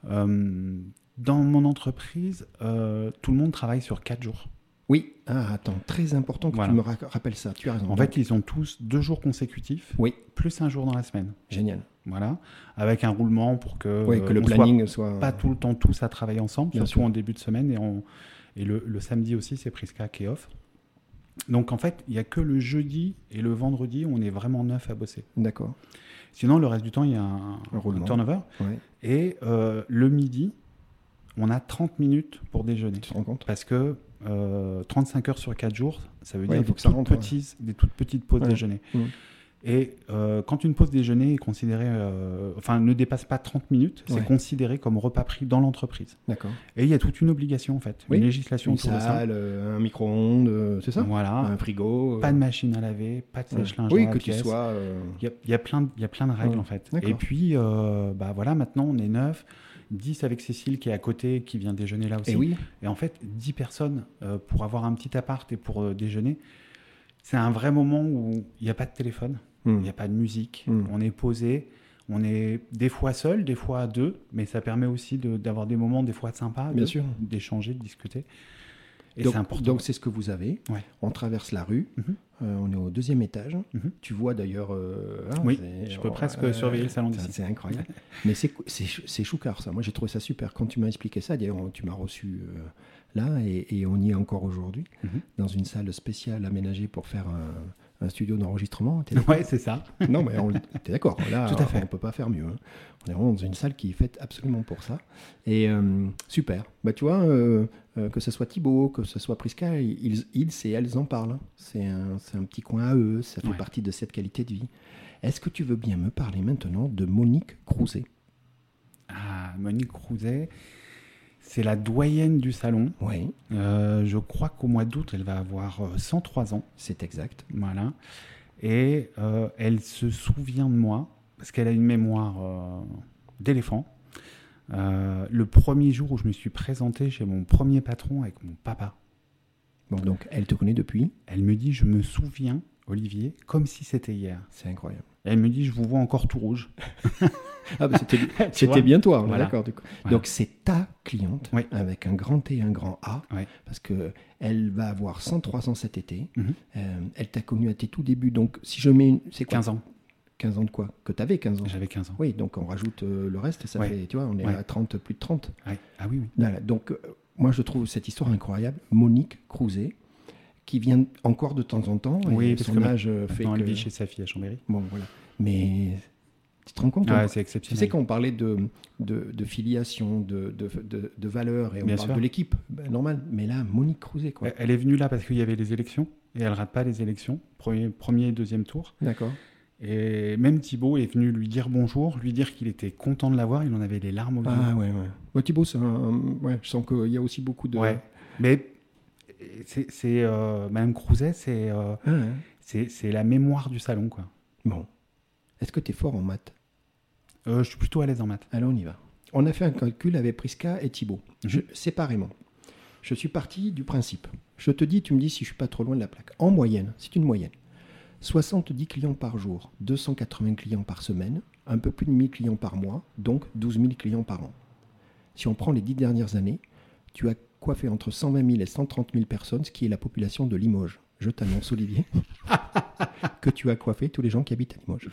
B: Euh, dans mon entreprise, euh, tout le monde travaille sur 4 jours.
C: Oui. Ah, attends, très important que
B: Voilà.
C: tu me ra- rappelles ça. Tu as raison.
B: En fait, ils ont tous deux jours consécutifs,
C: oui,
B: plus un jour dans la semaine.
C: génial.
B: Voilà. Avec un roulement pour que,
C: Oui,
B: euh,
C: que le
B: on soit
C: planning soit.
B: pas tout le temps tous à travailler ensemble,
C: Bien
B: surtout
C: sûr.
B: en début de semaine. Et, on- et le, le samedi aussi, c'est Prisca qui est off. Donc en fait, il n'y a que le jeudi et le vendredi où on est vraiment neuf à bosser.
C: D'accord.
B: Sinon, le reste du temps, il y a un,
C: Un roulement.
B: un turnover.
C: Ouais.
B: Et euh, le midi, on a 30 minutes pour déjeuner.
C: Tu te rends compte
B: Parce que euh, 35 heures sur 4 jours, ça veut
C: Ouais,
B: dire
C: il faut
B: des,
C: que ça
B: toutes
C: rentre, ouais.
B: petites, des toutes petites pauses
C: Ouais.
B: déjeuner.
C: Mm.
B: Et euh, quand une pause déjeuner est considérée, euh, enfin ne dépasse pas 30 minutes,
C: Ouais.
B: c'est considéré comme repas pris dans l'entreprise.
C: D'accord.
B: Et il y a toute une obligation en fait,
C: Oui.
B: une législation
C: Une
B: autour de
C: salle, euh, un micro-ondes, euh, c'est
B: ça.
C: ça
B: Voilà.
C: Un frigo. euh,
B: Ah. Pas de machine à laver, pas de
C: ouais.
B: sèche-linge.
C: Oui,
B: dans la
C: que tu
B: pièce.
C: sois. euh,
B: Il y a, il y a plein de, il y a plein de règles
C: Ouais.
B: en fait.
C: D'accord.
B: Et puis, euh, bah voilà, maintenant on est neuf, 10 avec Cécile qui est à côté, qui vient déjeuner là aussi.
C: Eh oui.
B: Et en fait, 10 personnes euh, pour avoir un petit appart et pour euh, déjeuner,
C: Hmm.
B: c'est un vrai moment où il n'y a pas de téléphone, il n'y a pas de musique,
C: Mm.
B: on est posé, On est des fois seul, des fois à deux, mais ça permet aussi de- d'avoir des moments des fois sympas, à
C: Bien
B: deux,
C: sûr.
B: d'échanger, de discuter. Et
C: Donc-
B: c'est important.
C: Donc c'est ce que vous avez.
B: Ouais.
C: On traverse la rue.
B: Mhm.
C: Euh, on est au deuxième étage.
B: Mhm.
C: Tu vois d'ailleurs. euh, hein,
B: Oui,
C: c'est-
B: je peux
C: on-
B: presque
C: euh,
B: surveiller le salon
C: ça,
B: d'ici.
C: C'est incroyable. Mais c'est c'est chou- c'est choucard ça. Moi j'ai trouvé ça super. Quand tu m'as expliqué ça, d'ailleurs on- tu m'as reçu euh, là et, et on y est encore aujourd'hui
B: Mhm.
C: dans une salle spéciale aménagée pour faire un, un studio d'enregistrement. T'es-
B: Ouais, c'est ça.
C: non mais on- t'es d'accord. Là
B: Tout à fait.
C: on peut pas faire mieux. hein. On est vraiment dans une salle qui est faite absolument pour ça. Et euh, super. Bah tu vois euh, euh, que ce soit Thibaut, que ce soit Prisca, ils, ils et elles en parlent. hein. C'est un, c'est un petit coin à eux. Ça fait
B: Ouais.
C: partie de cette qualité de vie. Est-ce que tu veux bien me parler maintenant de Monique Crouzet
B: Ah, Monique Rouzet, c'est la doyenne du salon.
C: Oui.
B: Euh, je crois qu'au mois d'août, elle va avoir euh, 103 ans.
C: C'est exact.
B: Voilà. Et euh, elle se souvient de moi, parce qu'elle a une mémoire euh, d'éléphant. Euh, le premier jour où je me suis présenté chez mon premier patron avec mon papa,
C: Bon, donc elle te connaît depuis.
B: elle me dit Je me souviens, Olivier, comme si c'était hier.
C: C'est incroyable.
B: Elle me dit Je vous vois encore tout rouge.
C: Ah, bah, c'était
B: Tu vois
C: c'était bien toi. on est
B: Voilà.
C: D'accord. du coup.
B: Voilà.
C: Donc c'est ta cliente
B: Oui.
C: avec un grand T, un grand A,
B: Oui.
C: parce que elle va avoir 103 ans cet été.
B: Mhm.
C: Euh, elle t'a connu à tes tout débuts. Donc si je mets, une- c'est quoi
B: 15 ans.
C: 15 ans de quoi Que t'avais 15 ans.
B: J'avais 15 ans.
C: Oui, donc on rajoute euh, le reste, ça
B: Ouais.
C: fait, tu vois, on est
B: Ouais.
C: à 30, plus de 30.
B: Ouais. Ah oui, oui.
C: Voilà, donc, euh, moi, je trouve cette histoire incroyable. Monique Crouzet, qui vient encore de temps en temps. et
B: Oui, parce
C: son
B: que
C: âge euh, fait
B: Maintenant, elle
C: que-
B: vit chez sa fille à Chambéry.
C: Bon, voilà. Mais tu te rends compte hein,
B: Ah,
C: on-
B: c'est
C: Tu
B: exceptionnel.
C: sais, quand on parlait de, de, de filiation, de, de, de, de valeur, et on
B: Bien
C: parle
B: sûr.
C: de l'équipe, ben, normal. Mais là, Monique Crouzet, quoi.
B: Elle- Elle est venue là parce qu'il y avait les élections et elle rate pas les élections, premier, premier et deuxième tour.
C: D'accord.
B: Et même Thibaut est venu lui dire bonjour, lui dire qu'il était content de l'avoir, il en avait les larmes aux yeux.
C: Ah, ouais, ouais. Bon, Thibaut, c'est un- ouais, je sens qu'il y a aussi beaucoup de.
B: Ouais. Mais c'est c'est, euh, Madame Crouzet, c'est euh,
C: Ah, ouais.
B: c'est c'est la mémoire du salon quoi.
C: Bon. Est-ce que tu es fort en maths
B: Euh, je suis plutôt à l'aise en maths.
C: Allez, on y va. Mhm. On a fait un calcul avec Prisca et Thibaut, Je- séparément. Je suis parti du principe. Je te dis, tu me dis si je suis pas trop loin de la plaque. En moyenne, c'est une moyenne. 70 clients par jour, 280 clients par semaine, un peu plus de 1000 clients par mois, donc 12 000 clients par an. Si on prend les 10 dernières années, tu as coiffé entre 120 000 et 130 000 personnes, ce qui est la population de Limoges. Je t'annonce, Olivier, que tu as coiffé tous les gens qui habitent à Limoges.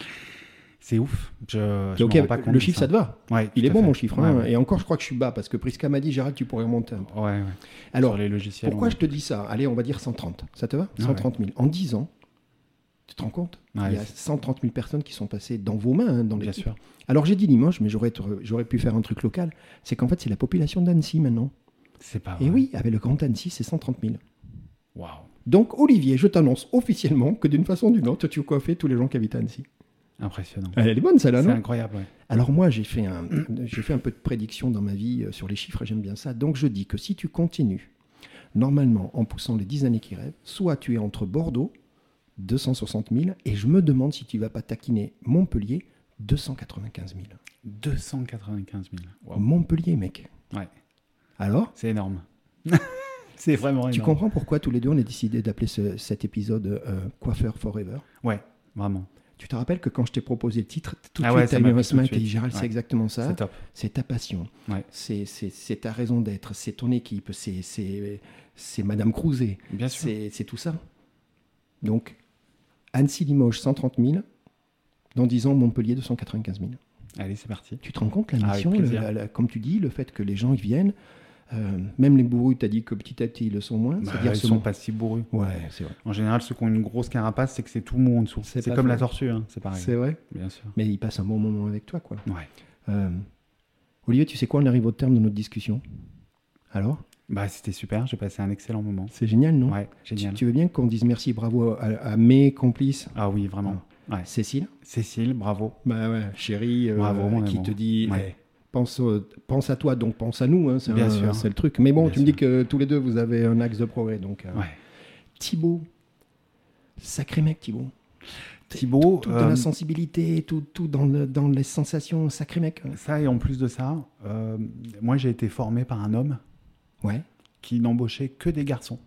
B: C'est ouf. Je, je
C: Donc,
B: m'en rends pas compte
C: le
B: de
C: chiffre,
B: ça.
C: ça te va
B: Ouais,
C: il
B: tout
C: est
B: à
C: bon
B: fait.
C: mon chiffre.
B: Ouais,
C: hein.
B: ouais.
C: Et encore, je crois que je suis bas parce que Prisca m'a dit Gérald, tu pourrais remonter un peu.
B: Ouais, ouais.
C: Alors,
B: Sur les logiciels.
C: pourquoi
B: on-
C: je te dis ça Allez, on va dire 130. Ça te va
B: ouais.
C: 130 000. En 10 ans, tu te rends compte
B: Ouais,
C: Il y a 130 000 personnes qui sont passées dans vos mains, hein, dans
B: Bien
C: l'équipe.
B: sûr.
C: Alors, j'ai dit Limoges, mais j'aurais j'aurais pu faire un truc local. C'est qu'en fait, c'est la population d'Annecy maintenant.
B: C'est pas.
C: Et
B: vrai.
C: Eh oui, avec le grand Annecy, c'est 130 000.
B: Waouh.
C: Donc, Olivier, je t'annonce officiellement que d'une façon ou d'une autre, tu as coiffé tous les gens qui habitent à Annecy.
B: Impressionnant.
C: Elle est bonne celle-là,
B: c'est
C: non
B: incroyable. ouais.
C: Alors moi, j'ai fait, un,
B: Mm.
C: j'ai fait un peu de prédiction dans ma vie euh, sur les chiffres, et j'aime bien ça. Donc je dis que si tu continues, normalement, en poussant les 10 années qui rêvent, soit tu es entre Bordeaux, 260 000, et je me demande si tu vas pas taquiner Montpellier, 295 000.
B: 295 000. Waouh.
C: Montpellier, mec.
B: Ouais.
C: Alors
B: C'est énorme. c'est vraiment énorme.
C: tu comprends pourquoi tous les deux on a décidé d'appeler ce- cet épisode euh, Coiffeur Forever
B: Ouais, vraiment.
C: Tu te rappelles que quand je t'ai proposé le titre, tout de
B: Ah
C: suite,
B: ouais, ça
C: t'as eu
B: m'a
C: un
B: plu tout de
C: smile,
B: suite.
C: t'as dit Gérald,
B: Ouais.
C: c'est exactement ça.
B: C'est top.
C: c'est ta passion,
B: Ouais.
C: c'est c'est- c'est ta raison d'être, c'est ton équipe, c'est- c'est c'est Madame Crouzet,
B: Bien sûr.
C: c'est c'est tout ça. Donc, Annecy-Limoges, 130 000, dans 10 ans, Montpellier, 295 000.
B: Allez, c'est parti.
C: Tu te rends compte, la
B: Ah, avec
C: mission, le-
B: plaisir.
C: la- la- comme tu dis, le fait que les gens ils viennent, euh, même les bourrus, tu as dit que petit à petit, ils le sont moins,
B: Bah,
C: c'est-à-dire
B: ils
C: ce
B: sont
C: mo-
B: pas si bourrus.
C: Ouais, c'est vrai.
B: En général, ceux qui ont une grosse carapace, c'est que c'est tout mou en dessous.
C: C'est
B: C'est
C: pas
B: comme
C: faux.
B: la tortue, hein, c'est pareil.
C: C'est vrai,
B: Bien sûr.
C: mais ils passent un bon moment avec toi, quoi.
B: Ouais.
C: Euh, Olivier, tu sais quoi, on arrive au terme de notre discussion. Alors,
B: Bah, c'était super. J'ai passé un excellent moment.
C: c'est génial, non
B: Ouais,
C: Tu,
B: génial.
C: tu veux bien qu'on dise merci, bravo à, à mes complices,
B: Ah oui, vraiment. Ouais.
C: Cécile
B: Cécile, bravo.
C: Bah ouais, chérie, euh,
B: Bravo, mon
C: qui
B: amour.
C: te dit
B: Ouais.
C: eh, pense, euh, pense à toi, donc pense à nous, hein, c'est
B: Bien
C: un-
B: sûr.
C: c'est le truc. Mais bon,
B: Bien
C: tu me dis que tous les deux, vous avez un axe de progrès. Donc, euh,
B: Ouais.
C: Thibaut, sacré mec Thibaut,
B: Thibaut,
C: tout dans
B: euh,
C: la sensibilité, tout, tout dans, le- dans les sensations, sacré mec.
B: ça et en plus de ça, euh, moi j'ai été formé par un homme
C: Ouais,
B: qui n'embauchait que des garçons.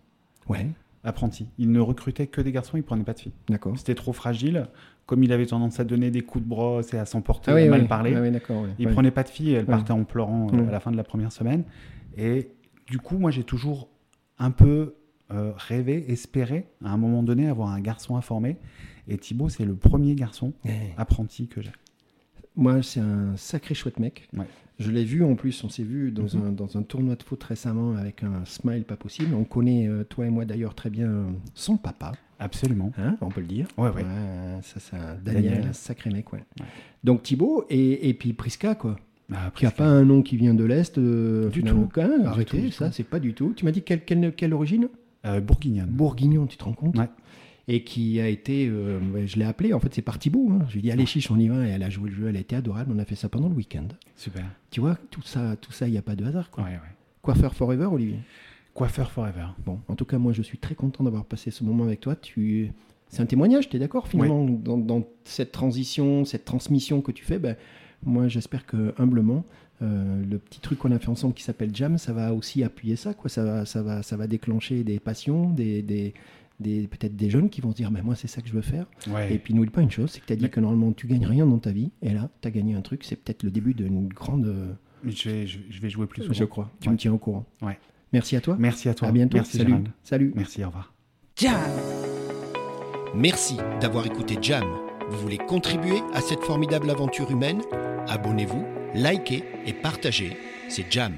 C: ouais,
B: apprenti. Il ne recrutait que des garçons, il prenait pas de filles.
C: D'accord.
B: C'était trop fragile. Comme il avait tendance à donner des coups de brosse et à s'emporter,
C: Ah oui,
B: à mal
C: oui.
B: parler,
C: Ah oui, d'accord. oui,
B: il
C: oui.
B: prenait pas de filles. et Elle partait en pleurant euh,
C: Ouais.
B: à la fin de la première semaine. Et du coup, moi, j'ai toujours un peu euh, rêvé, espéré, à un moment donné, avoir un garçon informé. Et Thibaut, c'est le premier garçon
C: Eh.
B: apprenti que j'ai.
C: Moi, c'est un sacré chouette mec.
B: Ouais.
C: Je l'ai vu en plus, on s'est vu dans,
B: Mhm.
C: un, dans un tournoi de foot récemment avec un smile pas possible. On connaît, euh, toi et moi d'ailleurs, très bien euh, son papa,
B: Absolument.
C: hein, on peut le dire.
B: Ah Ouais, ouais.
C: Ouais, ça, c'est un Daniel,
B: Daniel.
C: un sacré mec. Ouais.
B: Ouais.
C: Donc Thibaut et, et puis Prisca, quoi.
B: Ah,
C: Qui a pas un nom qui vient de l'Est. euh,
B: Du
C: finalement.
B: tout.
C: Hein,
B: Du
C: arrêtez,
B: tout, du
C: ça,
B: tout.
C: c'est pas du tout. Tu m'as dit quelle, quelle, quelle origine
B: Euh, Bourguignonne.
C: Bourguignon, tu te rends compte
B: Ouais.
C: Et qui a été, euh, ouais, je l'ai appelé, en fait c'est parti beau. Hein. Je lui ai dit allez chiche, on y va, et elle a joué le jeu, elle a été adorable, on a fait ça pendant le week-end.
B: Super.
C: Tu vois, tout ça, tout ça, il n'y a pas de hasard. Quoi.
B: Ouais, ouais.
C: Coiffeur Forever, Olivier.
B: Coiffeur Forever.
C: Bon, en tout cas, moi, je suis très content d'avoir passé ce moment avec toi. Tu... C'est un témoignage, tu es d'accord Finalement, dans, dans cette transition, cette transmission que tu fais, ben, moi, j'espère que humblement, euh, le petit truc qu'on a fait ensemble qui s'appelle Jam, ça va aussi appuyer ça. Quoi. Ça, va, ça, va, ça va déclencher des passions, des, des, des- peut-être des jeunes qui vont se dire ben, Moi, c'est ça que je veux faire.
B: Ouais.
C: Et puis n'oublie pas une chose, c'est que tu as dit
B: Mais-
C: que normalement tu gagnes rien dans ta vie, et là tu as gagné un truc, c'est peut-être le début d'une grande... euh,
B: Mais Je vais, je, je vais jouer plus souvent.
C: je crois. Tu
B: Ouais.
C: me tiens au courant.
B: Ouais.
C: Merci à toi.
B: Merci à toi.
C: À bientôt.
B: Merci,
C: Salut.
B: Gérald.
C: Salut.
B: Merci, au revoir.
A: Merci d'avoir écouté Jam. Vous voulez contribuer à cette formidable aventure humaine Abonnez-vous, likez et partagez. C'est Jam.